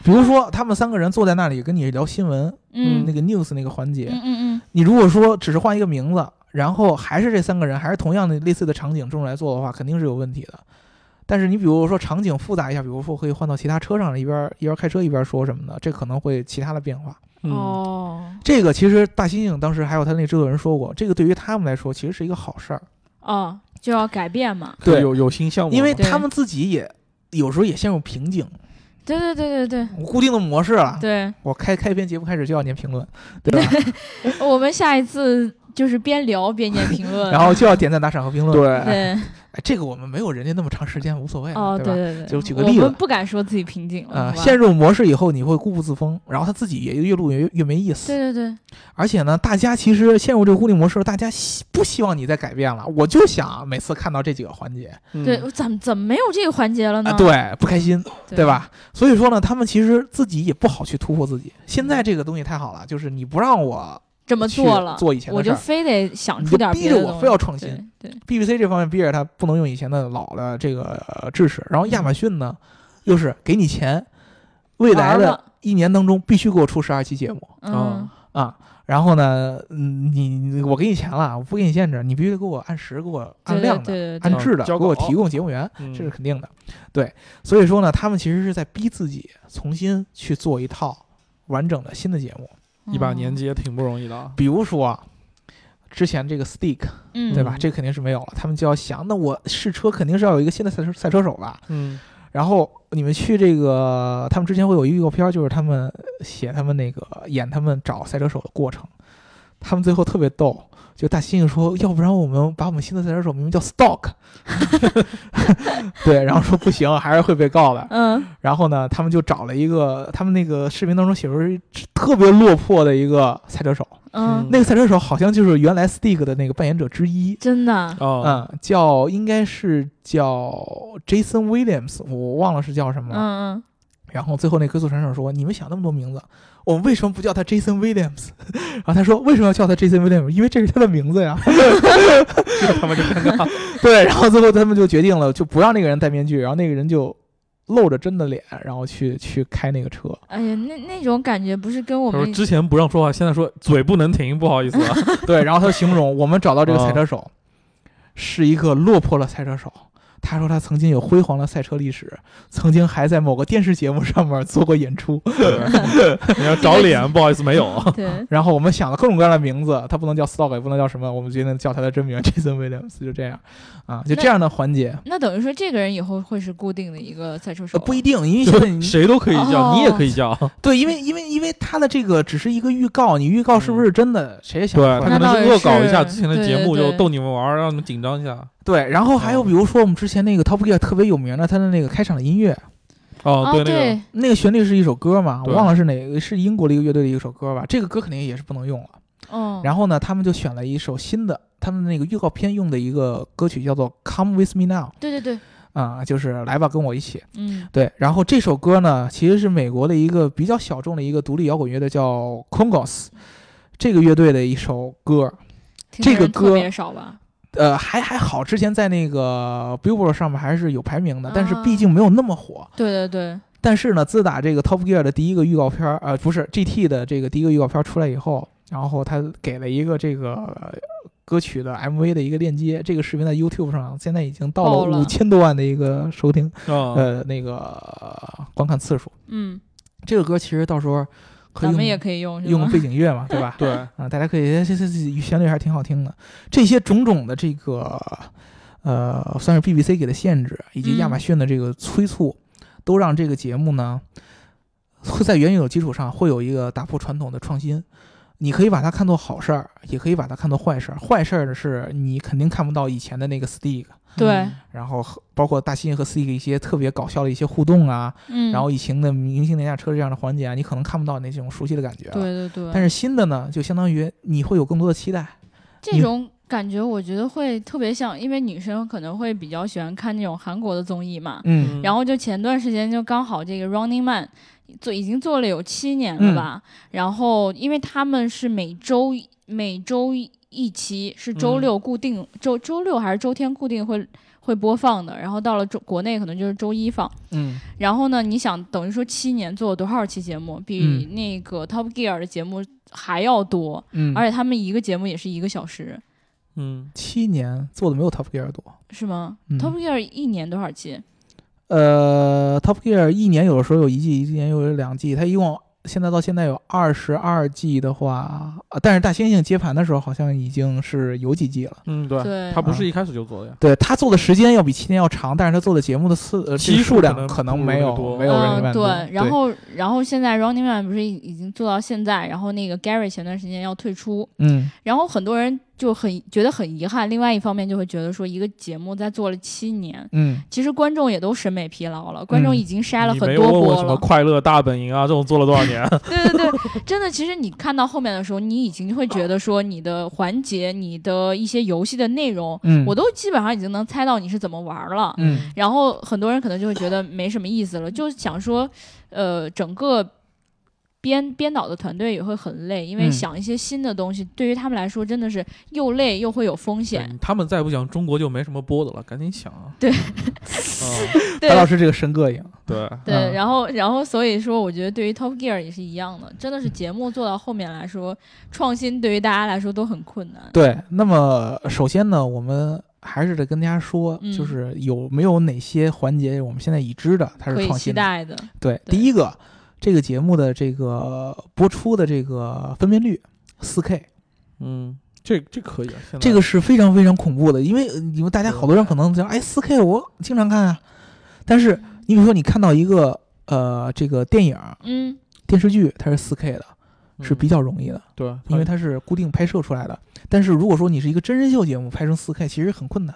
比如说，他们三个人坐在那里跟你聊新闻，
嗯
那个 news 那个环节，
嗯嗯
你如果说只是换一个名字，然后还是这三个人，还是同样的类似的场景这种来做的话，肯定是有问题的。但是你比如说场景复杂一下，比如说可以换到其他车上，一边一边开车一边说什么的，这可能会其他的变化。
嗯，
嗯，
哦
这个其实大猩猩当时还有他那制作人说过，这个对于他们来说其实是一个好事儿，
哦，就要改变嘛。
对
嗯有有新项目吗，
因为
对
他们自己也有时候也陷入瓶颈，
对对对对
固定的模式了。
对
我开开篇节目开始就要念评论，对吧？
对，我们下一次就是边聊边念评 论，
然后就要点赞、打赏和评论。哎，
对
这个我们没有人家那么长时间，无所谓了，
哦
对
对
吧？
对对，
就举个
我
例子
们不敢说自己瓶颈了，
呃，
好吧
陷入模式以后，你会固步自封，然后他自己也越录越越没意思。
对对对，
而且呢，大家其实陷入这个固定模式，大家希不希望你再改变了？我就想每次看到这几个环节啊、
嗯
对，怎么怎么没有这个环节了呢？
对，不开心，
对
对？吧？所以说呢，他们其实自己也不好去突破自己。现在这个东西太好了，就是你不让我
这么
去
做了，
做以前
我
的事
就
儿，
非得想
你
出
就
点
逼
别
着
的
我
东
非要
西。
创新。
对对，
BBC 这方面，比尔他不能用以前的老的这个呃知识，然后
嗯
亚马逊呢，又是给你钱，未来
玩
的
了
一年当中必须给我出十二期节目。
嗯，
啊，然后呢，嗯，你你我给你钱了，我不给你限制，你必须得给我按时，给我按
对
量
对
的，
对对对
按质的，
交
给我
稿
提供节目源，
嗯
这是肯定的。对，所以说呢，他们其实是在逼自己重新去做一套完整的新的节目，
一把年
纪，
纪也挺不容易的啊，
比如说啊之前这个 Stick，
嗯，
对吧？
嗯
这肯定是没有了，他们就要想，那我试车肯定是要有一个新的赛车赛车手吧。
嗯
然后你们去这个，他们之前会有一个预告片儿，就是他们写他们那个演他们找赛车手的过程。他们最后特别逗，就大猩猩说：“要不然我们把我们新的赛车手名叫 Stock。” 对，然后说不行，还是会被告的。
嗯，
然后呢，他们就找了一个，他们那个视频当中写出一特别落魄的一个赛车手，
嗯
嗯
那个赛车手好像就是原来 Stick 的那个扮演者之一。
真的，
哦，
嗯，叫应该是叫 Jason Williams，我忘了是叫什么了。
嗯
然后最后那歌速选手说：“你们想那么多名字，我们为什么不叫他 Jason Williams？” 然后他说：“为什么要叫他 Jason Williams？因为这是他的名字 呀。
这 个他们就尴尬，”
对，然后最后他们就决定了，就不让那个人戴面具，然后那个人就露着真的脸，然后去去开那个车。
嗯，哎呀，那那种感觉不是跟我
他说
们
之前不让说话，现在说嘴不能停，不好意思啊，
对，然后他形容我们找到这个赛车手是一个落魄的赛车手。他说他曾经有辉煌的赛车历史，曾经还在某个电视节目上面做过演出。
你 要找脸，不好意思，没有啊，
对，
然后我们想了各种各样的名字，他不能叫 Stock，也不能叫什么，我们决定叫他的真名 Jason Williams，就这样啊，就
那
这样的环节，
那等于说这个人以后会是固定的一个赛车手
呃
了，
不一定，因为现在你
谁都可以
哦
叫，你也可以叫，
对，因为因为因为他的这个只是一个预告，你预告是不是真嗯的，谁也想
对
不
他
出来。
可能是恶搞一下之前的
对
节
对
目，
对
就逗你们玩儿，让你们紧张一下。
对，然后还有比如说我们之前那个 Top Gear 特别有名的，他的那个开场的音乐，
哦，
哦，
那个，
那个旋律是一首歌嘛，我
对
忘了是哪个，是英国的一个乐队的一首歌吧，这个歌肯定也是不能用了。
嗯，
然后呢，他们就选了一首新的，他们那个预告片用的一个歌曲叫做《Come With Me Now》
对对对，
啊、就是来吧，跟我一起。
嗯
对，然后这首歌呢，其实是美国的一个比较小众的一个独立摇滚乐队，叫 Congos，这个乐队的一首歌。
听的
这个
人特
歌
别少吧，
呃，还还好，之前在那个 Billboard 上面还是有排名的，但是
啊
毕竟没有那么火。
对对对，
但是呢，自打这个 Top Gear 的第一个预告片儿，呃，不是 GT 的这个第一个预告片儿出来以后，然后他给了一个这个呃歌曲的 MV 的一个链接，这个视频在 YouTube 上现在已经到
爆
了
了
五千多万的一个收听，
嗯，
呃，那个、呃观看次数。
嗯，
这个歌其实到时候可以
咱
用
们也可以用，是
用
吗
背景乐嘛，对吧？
对，
啊，大家可以这这这旋律还是挺好听的。这些种种的这个呃，算是 BBC 给的限制，以及亚马
嗯
逊的这个催促，都让这个节目呢会在原有的基础上会有一个打破传统的创新。你可以把它看作好事儿，也可以把它看作坏事儿。坏事儿是你肯定看不到以前的那个 Stig，
对，
然后和包括大猩猩和 Stig 一些特别搞笑的一些互动啊，
嗯，
然后以前的明星廉价车这样的环节啊，你可能看不到那种熟悉的感觉了。啊
对对对，
但是新的呢，就相当于你会有更多的期待。
这
你
种感觉我觉得会特别像，因为女生可能会比较喜欢看那种韩国的综艺嘛。
嗯
然后就前段时间就刚好这个 Running Man 做已经做了有七年了吧，
嗯
然后因为他们是每周每周一期，是周
嗯
六固定、周周六还是周天固定会会播放的，然后到了中国内可能就是周一放。
嗯
然后呢，你想等于说七年做了多少期节目，比
嗯
那个 Top Gear 的节目还要多，
嗯，
而且他们一个节目也是一个小时，
嗯，
七年做的没有 Top Gear 多。
是吗、
嗯
t o p Gear 一年多少期？
呃，Top Gear 一年有的时候有一季，一年有两季，它一共现在到现在有二十二季的话，啊，但是大猩猩接盘的时候好像已经是有几季了。
嗯，对
对，
他不是一开始就做的呀。
对他做的时间要比七年要长，但是他做的节目的次呃
基
期数
数可能
量可能
不如
没
那个多
有没有人
嗯、
员多
对，然后然后现在 Running Man 不是已经做到现在，然后那个 Gary 前段时间要退出，
嗯
然后很多人就很觉得很遗憾，另外一方面就会觉得说一个节目在做了七年，
嗯
其实观众也都审美疲劳了，观众已经筛了
你
很
没有
多
问我
波
什
了。
么快乐大本营啊这种做了多少 年？
对对对，真的，其实你看到后面的时候，你已经会觉得说你的环节、你的一些游戏的内容，
嗯，
我都基本上已经能猜到你是怎么玩了。
嗯
然后很多人可能就会觉得没什么意思了，就想说，呃，整个编编导的团队也会很累，因为
嗯
想一些新的东西，对于他们来说真的是又累又会有风险。
对他们再不想，中国就没什么播的了，赶紧想啊！
对
嗯，
对
白老师这个神膈应，
对，
对，
嗯
然后然后所以说，我觉得对于 Top Gear 也是一样的，真的
嗯
是节目做到后面来说，创新对于大家来说都很困难。
对，那么首先呢，我们还是得跟大家说，
嗯
就是有没有哪些环节我们现在已知的它
可
是
以
创
期
新的？
待的，
对，
对
第一个，这个节目的这个播出的这个分辨率。四 K，
嗯，这这可以啊，现在
这个是非常非常恐怖的，因为呃你们大家好多人可能
嗯
讲，哎，四 K 我经常看啊，但是你比如说你看到一个呃这个电影
嗯，
电视剧，它是四 K 的，是比
较
较容易的，
嗯对，
嗯
因为它是固定拍摄出来的。但是如果说你是一个真人秀节目，拍成四 K 其实很困难，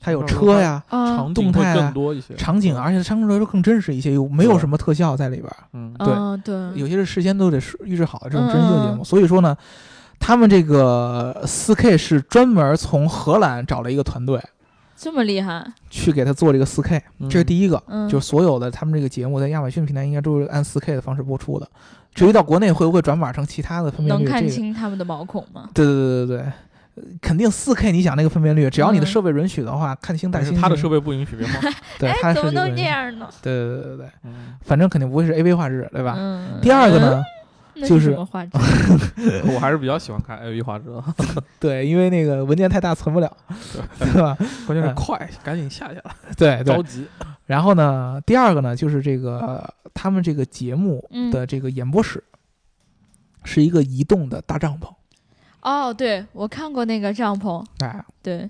它
嗯
有车呀、
啊，
场景
动态
会
啊
更多一些，
场
嗯
景啊，而且场景都更真实一些，有没有
对
什么特效在里边儿？
嗯，
对
嗯对，
有些是事先都得是预制好的这种真人秀节
嗯嗯
目，所以说呢，他们这个四 K 是专门从荷兰找了一个团队
这么厉害，
去给他做这个四 K，
嗯
这是第一个，
嗯，
就是所有的他们这个节目在亚马逊平台应该都是按四 K 的方式播出的，至于到国内会不会转码成其他的分辨
能
率，这
看
个
清他们的毛孔吗？
对对对对对，呃肯定四 K，你想那个分辨率，只要你
嗯
的设备允许的话，看清带
但是
清。
他的设备不允许别放，
哎
对他的设备允许
样呢？
对对对对对，
嗯，
反正肯定不会是 AV 画质，对吧？
嗯，
第二个呢，
嗯，
就
那
是
什么画 质？
我还是比较喜欢看 AV 画质的，
对，因为那个文件太大存不 了，对吧？
关键是
嗯
快，赶紧下去了，
对
着
对。
急，
然后呢，第二个呢，就是这个呃他们这个节目
嗯
的这个演播室。是一个移动的大帐篷，
哦，对我看过那个帐篷，
哎，
对，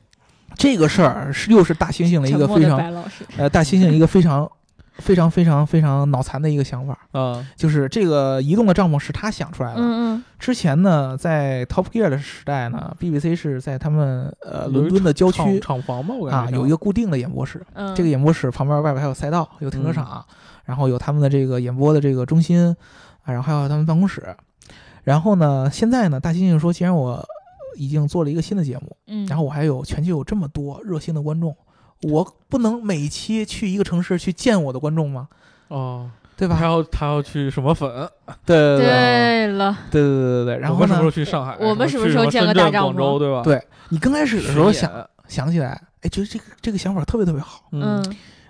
这
这个事儿是又是大猩猩的一
沉
个
默
非
的
常
白老师，
呃，大猩猩一个非常非常非常非常脑残的一个想法，
嗯，
就是这个移动的帐篷是他想出来的。
嗯
之前呢，在 Top Gear 的时代呢BBC 是在他们呃
有
伦
一
敦的郊
厂
区
厂房吧，我感
啊
觉
有一个固定的演播室，
嗯嗯，
这个演播室旁边外边还有赛道，有
嗯
停车场，然后有他们的这个演播的这个中心，啊，然后还有他们办公室。然后呢，现在呢，大猩猩说，既然我已经做了一个新的节目，
嗯，
然后我还有全球有这么多热心的观众，我不能每期去一个城市去见我的观众吗？
哦，
对
他
吧？
要他要去什么粉？
对对对
对了，
对对对对。然
我
后
们什么时候
呢，
去上海？
我们什
什么
么
去
时
什
候
么
见过
深
大
圳、
帐
广
篷
州，对吧？
对你刚开始的时候
巡
想
演，
想起来，哎，觉得这个这个想法特别特别好
嗯，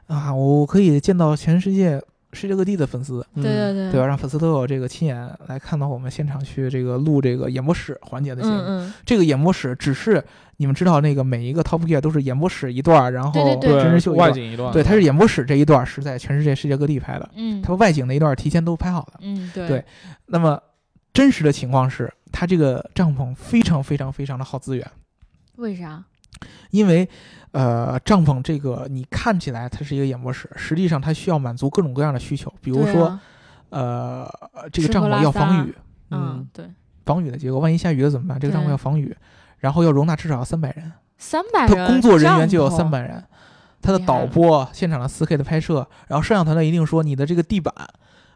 啊，我可以见到全世界世界各地的粉丝，
嗯
对对对，
对吧？让粉丝都有这个亲眼来看到我们现场去这个录这个演播室环节的节目。
嗯
这个演播室只是你们知道，那个每一个 Top Gear 都是演播室一段儿，然后
对对
对，
真人秀一段
外
儿。
景一段，嗯
对，它是演播室这一段儿是在全世界世界各地拍的，
嗯嗯
它把外景那一段儿提前都拍好的。
嗯，对
对那么真实的情况是，它这个帐篷非常非常非常的耗资源，
为啥？
因为呃，帐篷这个你看起来它是一个演播室，实际上它需要满足各种各样的需求，
比
比如说、，呃，这
啊吃
个帐
喝
篷
拉
要
撒
防雨。
嗯
嗯，，
对，
防雨的结构，万一下雨了怎么办？这个帐篷
对
要防雨，然后要容纳至少要三百人，
三百
他
人，
工作人员就有
帐篷
三，百人，他的
厉害
导
了
播、现场的4 K 的拍摄，然后摄像团队一定说你的这个地板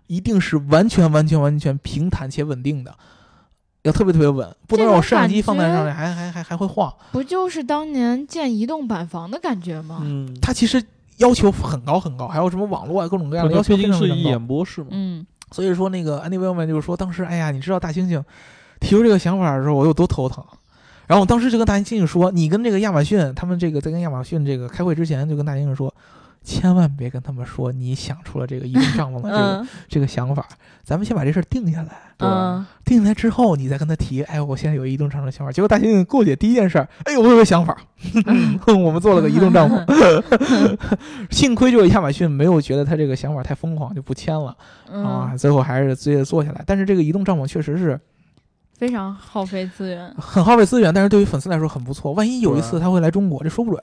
一定是完全完全完全平坦且稳定的，要特别特别稳，不
这
能让我
种
摄像
感
机放在
觉
上面还还还还会晃。
不就是当年建移动板房的感觉吗？
嗯，
他其实要求很高很高，还有什么网络啊各种各样的要求非
毕竟
常非
是
常高。
演播室嘛，
嗯，
所以说那个安迪· y 友 n 就是说，当时哎呀，你知道大猩猩提出这个想法的时候，我有多头疼。然后我当时就跟大猩猩说，你跟这个亚马逊他们这个在跟亚马逊这个开会之前，就跟大猩猩说，千万别跟他们说你想出了这个一人帐篷的这个、
嗯
这个想法，咱们先把这事儿定下来。
对
嗯，
定下来之后，你再跟他提，哎，我现在有移动帐篷的想法。结果大猩猩过去第一件事儿，哎呦，我有个想法，
嗯
我们做了个移动 帐篷。幸亏就是亚马逊没有觉得他这个想法太疯狂，就不签了啊。
嗯，
最后还是接着做下来。但是这个移动帐篷确实是
非常耗费资源。
很耗费资源，但是对于粉丝来说很不错。万一有一次
对
他会来中国，这说不准，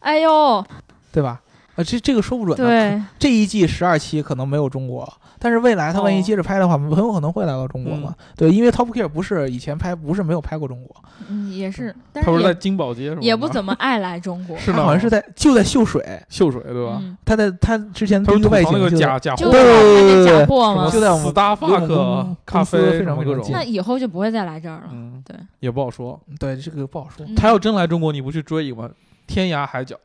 哎呦，
对吧？啊，这这个说不准的。
对，
这一季十二期可能没有中国，但是未来他万一
哦
接着拍的话，很有可能会来到中国嘛？对，因为 Top Gear 不是以前拍，不是没有拍过中国，
嗯，也是，但
他不
是
是在
也
金宝街是吗？
也不怎么爱来中国。
是
他
吗
好像是在就在秀水，
秀水对吧？
嗯，
他在他之前第
他是
一个
吐
外
槽那
景
个
就
假
在
假
就
货
是那
对
假货嘛
啊
就，在我们
Starbucks 咖啡什么各种，
那以后就不会再来这儿了。
嗯，
对，
也不好说。
对这个不好说，
嗯
他要真来中国，你不去追一个吗？天涯海角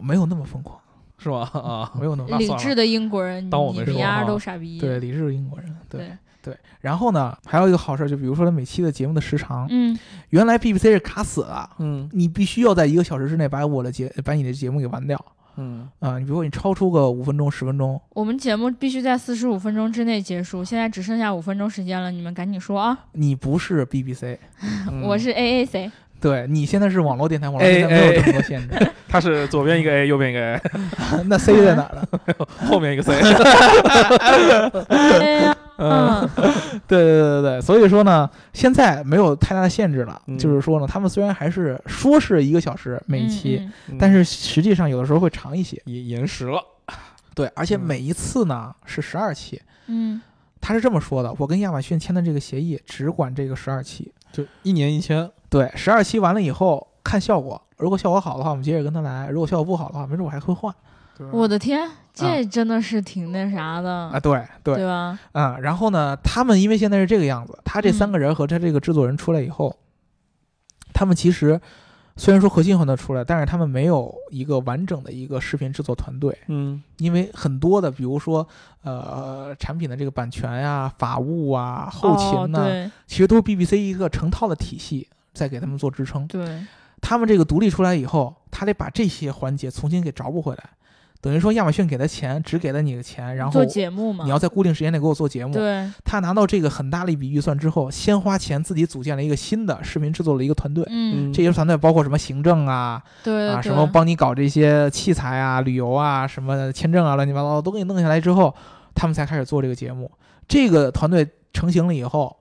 没有那么疯狂，
是吧？啊，
没有那么
那
理
算了
智的英国人，
当我
你
没
比
说
丫
哈
都傻逼。
对，理智英国人，对
对，
对。然后呢，还有一个好事儿，就比如说他每期的节目的时长，
嗯，
原来 BBC 是卡死了，
嗯
你必须要在一个小时之内把我的节把你的节目给完掉
嗯，
啊、你比如说你超出个五分钟十分钟，
我们节目必须在四十五分钟之内结束，现在只剩下五分钟时间了，你们赶紧说啊！
你不是 BBC，
嗯
我是 A A C，
对你现在是网络电台，网络电台
哎
没有这么多限制。
他是左边一个 A，右边一个 A，
那 C 在哪儿呢？
后面一个 C。
哎呀，嗯，
对对对对对，所以说呢，现在没有太大的限制了。
嗯
就是说呢，他们虽然还是说是一个小时每一期，
嗯，嗯
但是实际上有的时候会长一些。
延延时了，
对，而且
嗯
每一次呢是十二期。
嗯，
他是这么说的：我跟亚马逊签的这个协议只管这个十二期。
就一年一千。
对，十二期完了以后看效果，如果效果好的话，我们接着跟他来；如果效果不好的话，没准我还会换
啊
我的天，这真的是挺那啥
啊。
的，
对对
对吧？
啊、然后呢，他们因为现在是这个样子，他这
嗯
三个人和他这个制作人出来以后，他们其实虽然说核心混的出来，但是他们没有一个完整的一个视频制作团队，
嗯
因为很多的，比如说呃产品的这个版权呀、法务啊、后勤呐、
哦对
其实都是 BBC 一个成套的体系在给他们做支撑。
对，
他们这个独立出来以后，他得把这些环节重新给找补回来。等于说亚马逊给他钱，只给了你个钱，然后
做节目嘛，
你要在固定时间内给我做节目。
对，
他拿到这个很大的一笔预算之后，先花钱自己组建了一个新的视频制作的一个团队。
嗯，
这些团队包括什么行政啊
对
啊，
对
什么帮你搞这些器材啊、旅游啊、什么签证啊，乱七八糟的都给你弄下来之后，他们才开始做这个节目。这个团队成型了以后，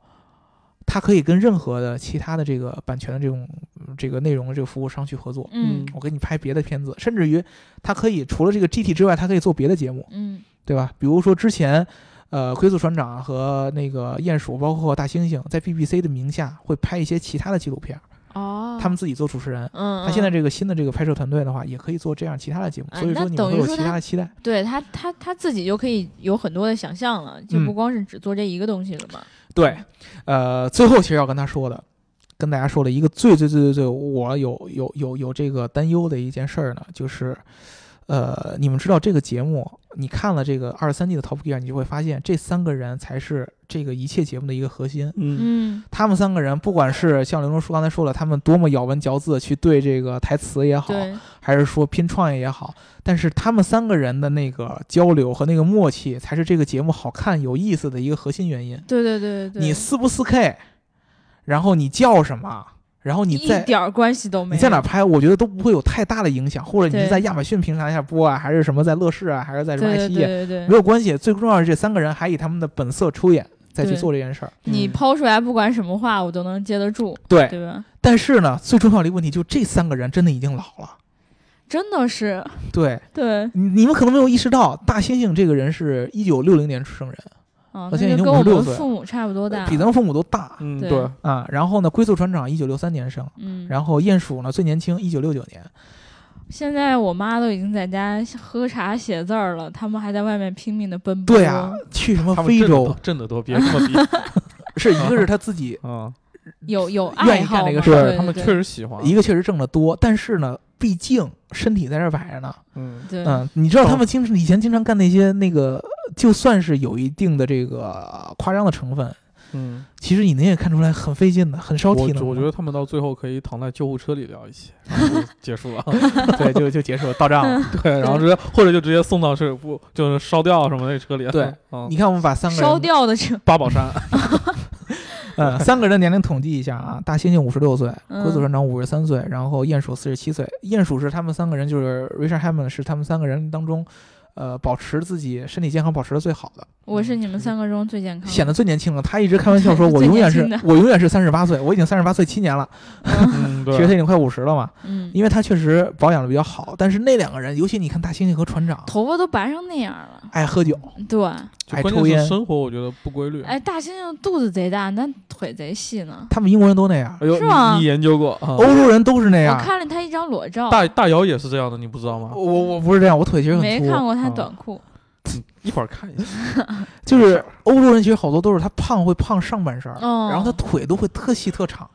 他可以跟任何的其他的这个版权的这种嗯这个内容的这个服务商去合作。
嗯
我给你拍别的片子，甚至于他可以除了这个 GT 之外，他可以做别的节目。
嗯
对吧？比如说之前，呃，龟速船长和那个鼹鼠，包括大猩猩，在 BBC 的名下会拍一些其他的纪录片儿，
哦，
他们自己做主持人。
嗯，
他现在
嗯
这个新的这个拍摄团队的话，也可以做这样其他的节目，
哎
所以
那
说你们
等
会
于
有
说
其
他嗯
他的期待。
对他他他自己就可以有很多的想象了，就
嗯
不光是只做这一个东西了嘛。
对，呃，最后其实要跟他说的，跟大家说的一个最最最最最我有有有有这个担忧的一件事儿呢，就是，呃，你们知道这个节目，你看了这个二十三季的 Top Gear，你就会发现这三个人才是这个一切节目的一个核心。
嗯
嗯，
他们三个人，不管是像刘钟书刚才说了，他们多么咬文嚼字去对这个台词也好，
对，
还是说拼创意也好，但是他们三个人的那个交流和那个默契，才是这个节目好看有意思的一个核心原因。
对对对对对，
你四不四 K，然后你叫什么，然后你
一
在
点儿关系都没有。
你在哪儿拍，我觉得都不会有太大的影响。或者你
对
是在亚马逊平台下播啊，还是什么在乐视啊，还是在
对
什么爱
对
奇艺啊，
对对
没
对，
有关系。最重要的是这三个人还以他们的本色出演，再去
对
做这件事儿。
你
嗯
抛出来不管什么话，我都能接得住，
对
对吧？
但是呢，最重要的一个问题就是这三个人真的已经老了。
真的是，
对，
对，
你你们可能没有意识到，大猩猩这个人是一九六零年出生人，
啊，
而且已
那
经
就跟我
56
们
岁
父母差不多大，
比咱们父母都大
嗯
对
对，
啊。然后呢，龟速船长一九六三年生，
嗯，
然后鼹鼠呢最年轻一九六九
哎
年。
现在我妈都已经在家喝茶写字儿了，他们还在外面拼命的奔波。
对啊，去什么
他们
非
挣得
洲
多，挣得多，别这 么比
是一个是他自 己，
啊！
有有
愿
爱
意干
好
这个
嘛
事儿
对
他们
对
确实喜欢
一个确实挣得多，但是呢，毕竟身体在这儿摆着呢。
嗯
对，
嗯，你知道他们经以前经常干那些那个，就算是有一定的这个夸张的成分，
嗯，
其实你能也看出来很费劲的，很烧
我
体能。
我觉得他们到最后可以躺在救护车里聊一 起，然后就结束了。
对，就就结束了，到账了。
对，然后直接或者就直接送到是不就是烧掉什么那车里。
对，
嗯，
你看，我们把三个人
烧掉的 车，
八宝 山，
嗯，三个人的年龄统计一下啊，大猩猩五十六岁，
嗯
龟组船长五十三岁，然后鼹鼠四十七岁。鼹鼠是他们三个人，就是 Richard Hammond 是他们三个人当中，呃，保持自己身体健康保持的最好的，
我是你们三个中最健康的，
显得最年轻了。他一直开 玩笑说，
对
我
嗯最
永远
年
是
轻的
我永远是三十八岁，我已经三十八岁七年了，
嗯，
其实他
对，
已经快五十了嘛。
嗯，
因为他确实保养的比较好，但是那两个人，尤其你看大猩猩和船长，
头发都白成那样了。
爱喝酒，
对，
就
爱
关
抽
键
烟
是生活我觉得不规律。
哎，大猩猩肚子贼大，但腿贼细呢。
他们英国人都那样
哎，呦，
是吗
你你研究过啊？
欧洲人都是那
我
样。
看了他一张裸照，
大大姚也是这样的，你不知道吗？
啊我我不是这样，我腿其实很粗。嗯
没看过他
啊
短裤。
一会儿看一下。
就是欧洲人其实好多都是他胖会胖上半身儿，
哦
然后他腿都会特细特长，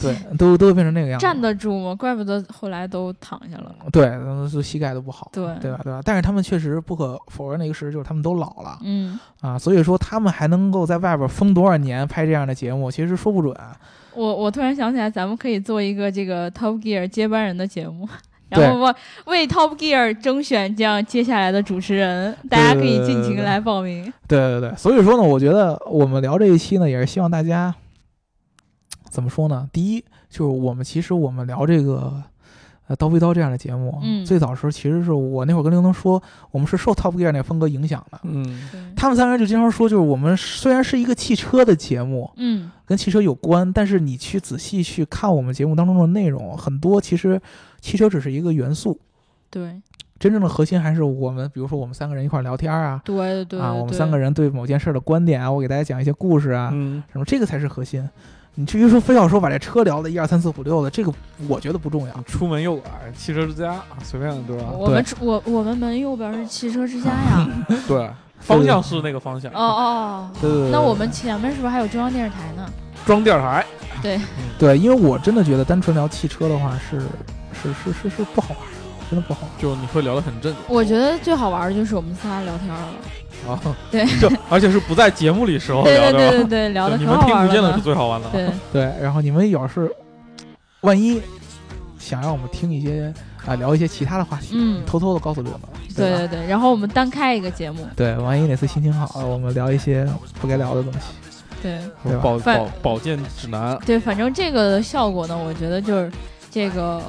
对，都都会变成那个样子。
站得住吗？怪不得后来都躺下了。
对，嗯就膝盖都不好，
对
对吧？对吧？但是他们确实不可否认的一个事实就是他们都老了
嗯，
啊，所以说他们还能够在外边封多少年拍这样的节目，其实说不准。
我我突然想起来，咱们可以做一个这个 Top Gear 接班人的节目，
对
然后为为 Top Gear 征选这样接下来的主持人，大家可以尽情来报名。
对对对，所以说呢，我觉得我们聊这一期呢，也是希望大家怎么说呢？第一，就是我们其实我们聊这个呃刀逼刀这样的节目，啊
嗯
最早时候其实是我那会儿跟刘能说，我们是受 Top Gear 那风格影响的。
嗯，
对
他们三个人就经常说，就是我们虽然是一个汽车的节目，
嗯，
跟汽车有关，但是你去仔细去看我们节目当中的内容，很多其实汽车只是一个元素，
对
真正的核心还是我们，比如说我们三个人一块儿聊天啊，
对对对
啊，我们三个人对某件事儿的观点啊，我给大家讲一些故事啊，
嗯，
什么这个才是核心。你至于说非要说把这车聊的一二三四五六的，这个我觉得
嗯
不重要。
嗯出门右拐，汽车之家，啊随便对吧？
我们出我我们门右边是汽车之家呀。
对，方向是那个方向。
哦哦，
对对对
那我们前面是不是还有中央电视台呢？
装电台，
对，因为我真的觉得单纯聊汽车的话是是是是是不好玩儿，真的不好玩儿。
就你会聊得很正
我觉得最好玩的就是我们仨聊天了。
经啊。
对，
就而且是不在节目里时候
对
哦聊
对对
的吧
对 对，聊的
就你
可
们
好
听
玩
不见的
了
是
呢。
最好玩的。
对，
对，然后你们要是万一想让我们听一些啊、聊一些其他的话题，
嗯
你偷偷的告诉我们，对
对
吧
对对，然后我们单开一个节目，
对，万一哪次心情好了，我们聊一些不该聊的东西，
对
对吧？
保
反
保保健指南，
对，反正这个效果呢，我觉得就是这个，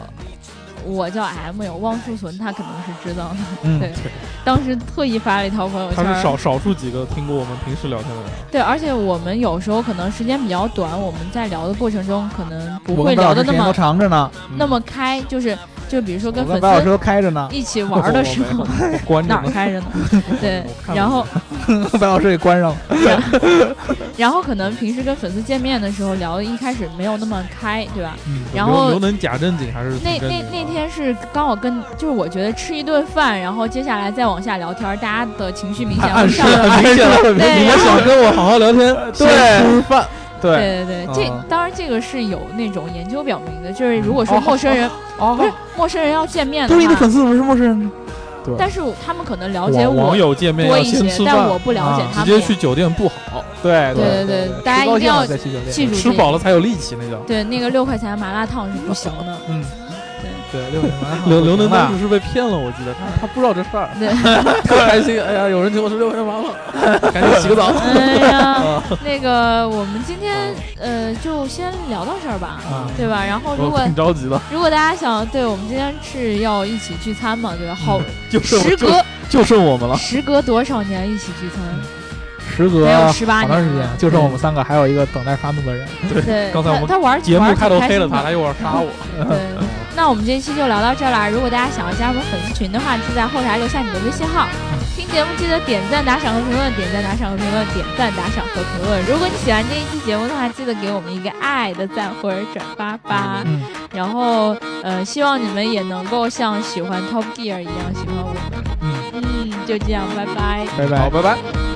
我叫 M 有汪苏泷，他肯定是知道的。
嗯，
对当时特意发了一条朋友
他
圈
是
儿，
少少数几个听过我们平时聊天的人。
对，而且我们有时候可能时间比较短，我们在聊的过程中可能不
我
会
跟白
聊
老
的
师
那
时间都
么
长着呢，
嗯
那么开，就是就比如说
我
跟
跟
粉
白老师
丝
都开着呢，
一起玩儿的时 候
我，没有我关着
哪儿
呢。
开着呢？对
我看，不
然后
白老师给关 上了。
然后可能平时跟粉丝见面的时候聊的一开始没有那么开，对吧？
嗯，
然后
刘能假正经还是挺
那
正
那
经的
那天是刚好跟，就是我觉得吃一顿饭，然后接下来再往下聊天，大家的情绪明显会
暗示
上
了，
来。
明显了，
对
你
然
们
后
想跟我好好聊天，
先
对，吃饭，对，
对对对，这当然这个是有那种研究表明的，就是如果说
哦
陌生人不是
哦，
陌生人要见面的
都是你的
话
粉，丝，我是陌生人，
但是他们可能了解
网
我
网友见面
多
要
一
先
些
吃，
但
饭，
我不了解
啊
他
直接
们。
去酒店不好，
对
对对对大家
吃高
一定
兴啊了
要
再去酒店
记住
吃
这
饱
个。
了才有力气，那叫。
对，那个六块钱麻辣烫是不行的。
嗯，
对，六点 半
刘刘能当时
的，
是被骗了，我 记得他
啊
他不知道这事儿，
对，
特开心。哎呀，有人请我吃六块钱麻辣， 赶紧洗 个澡。
哎呀，那个我们今天呃就先聊到这儿吧，
啊
对吧？然后如
我
果
挺着急的，
如果大家想，对我们今天是要一起聚餐嘛，对吧？好，
就剩
时
嗯就
隔
就剩我们了。
时隔多少年一起聚 餐？
时隔
没有18
好长时
年了
间，就剩我们三个，还有一个等待发怒的人。
对，
刚才我们
他他玩
节目
玩
开头
挺开
黑
心
了
的
他，他一会儿杀我。
对，那我们这一期就聊到这儿啦。如果大家想要加入我们粉丝群的话，记得在后台留下你的微信号。听节目记得点赞、打赏和评论，点赞、打赏和评论，点赞、打赏和评论。如果你喜欢这一期节目的话，记得给我们一个爱的赞或者转发吧。
嗯，
然后，呃，希望你们也能够像喜欢 Top Gear 一样喜欢我们。嗯，就这样，拜拜。
拜拜
好，。拜拜。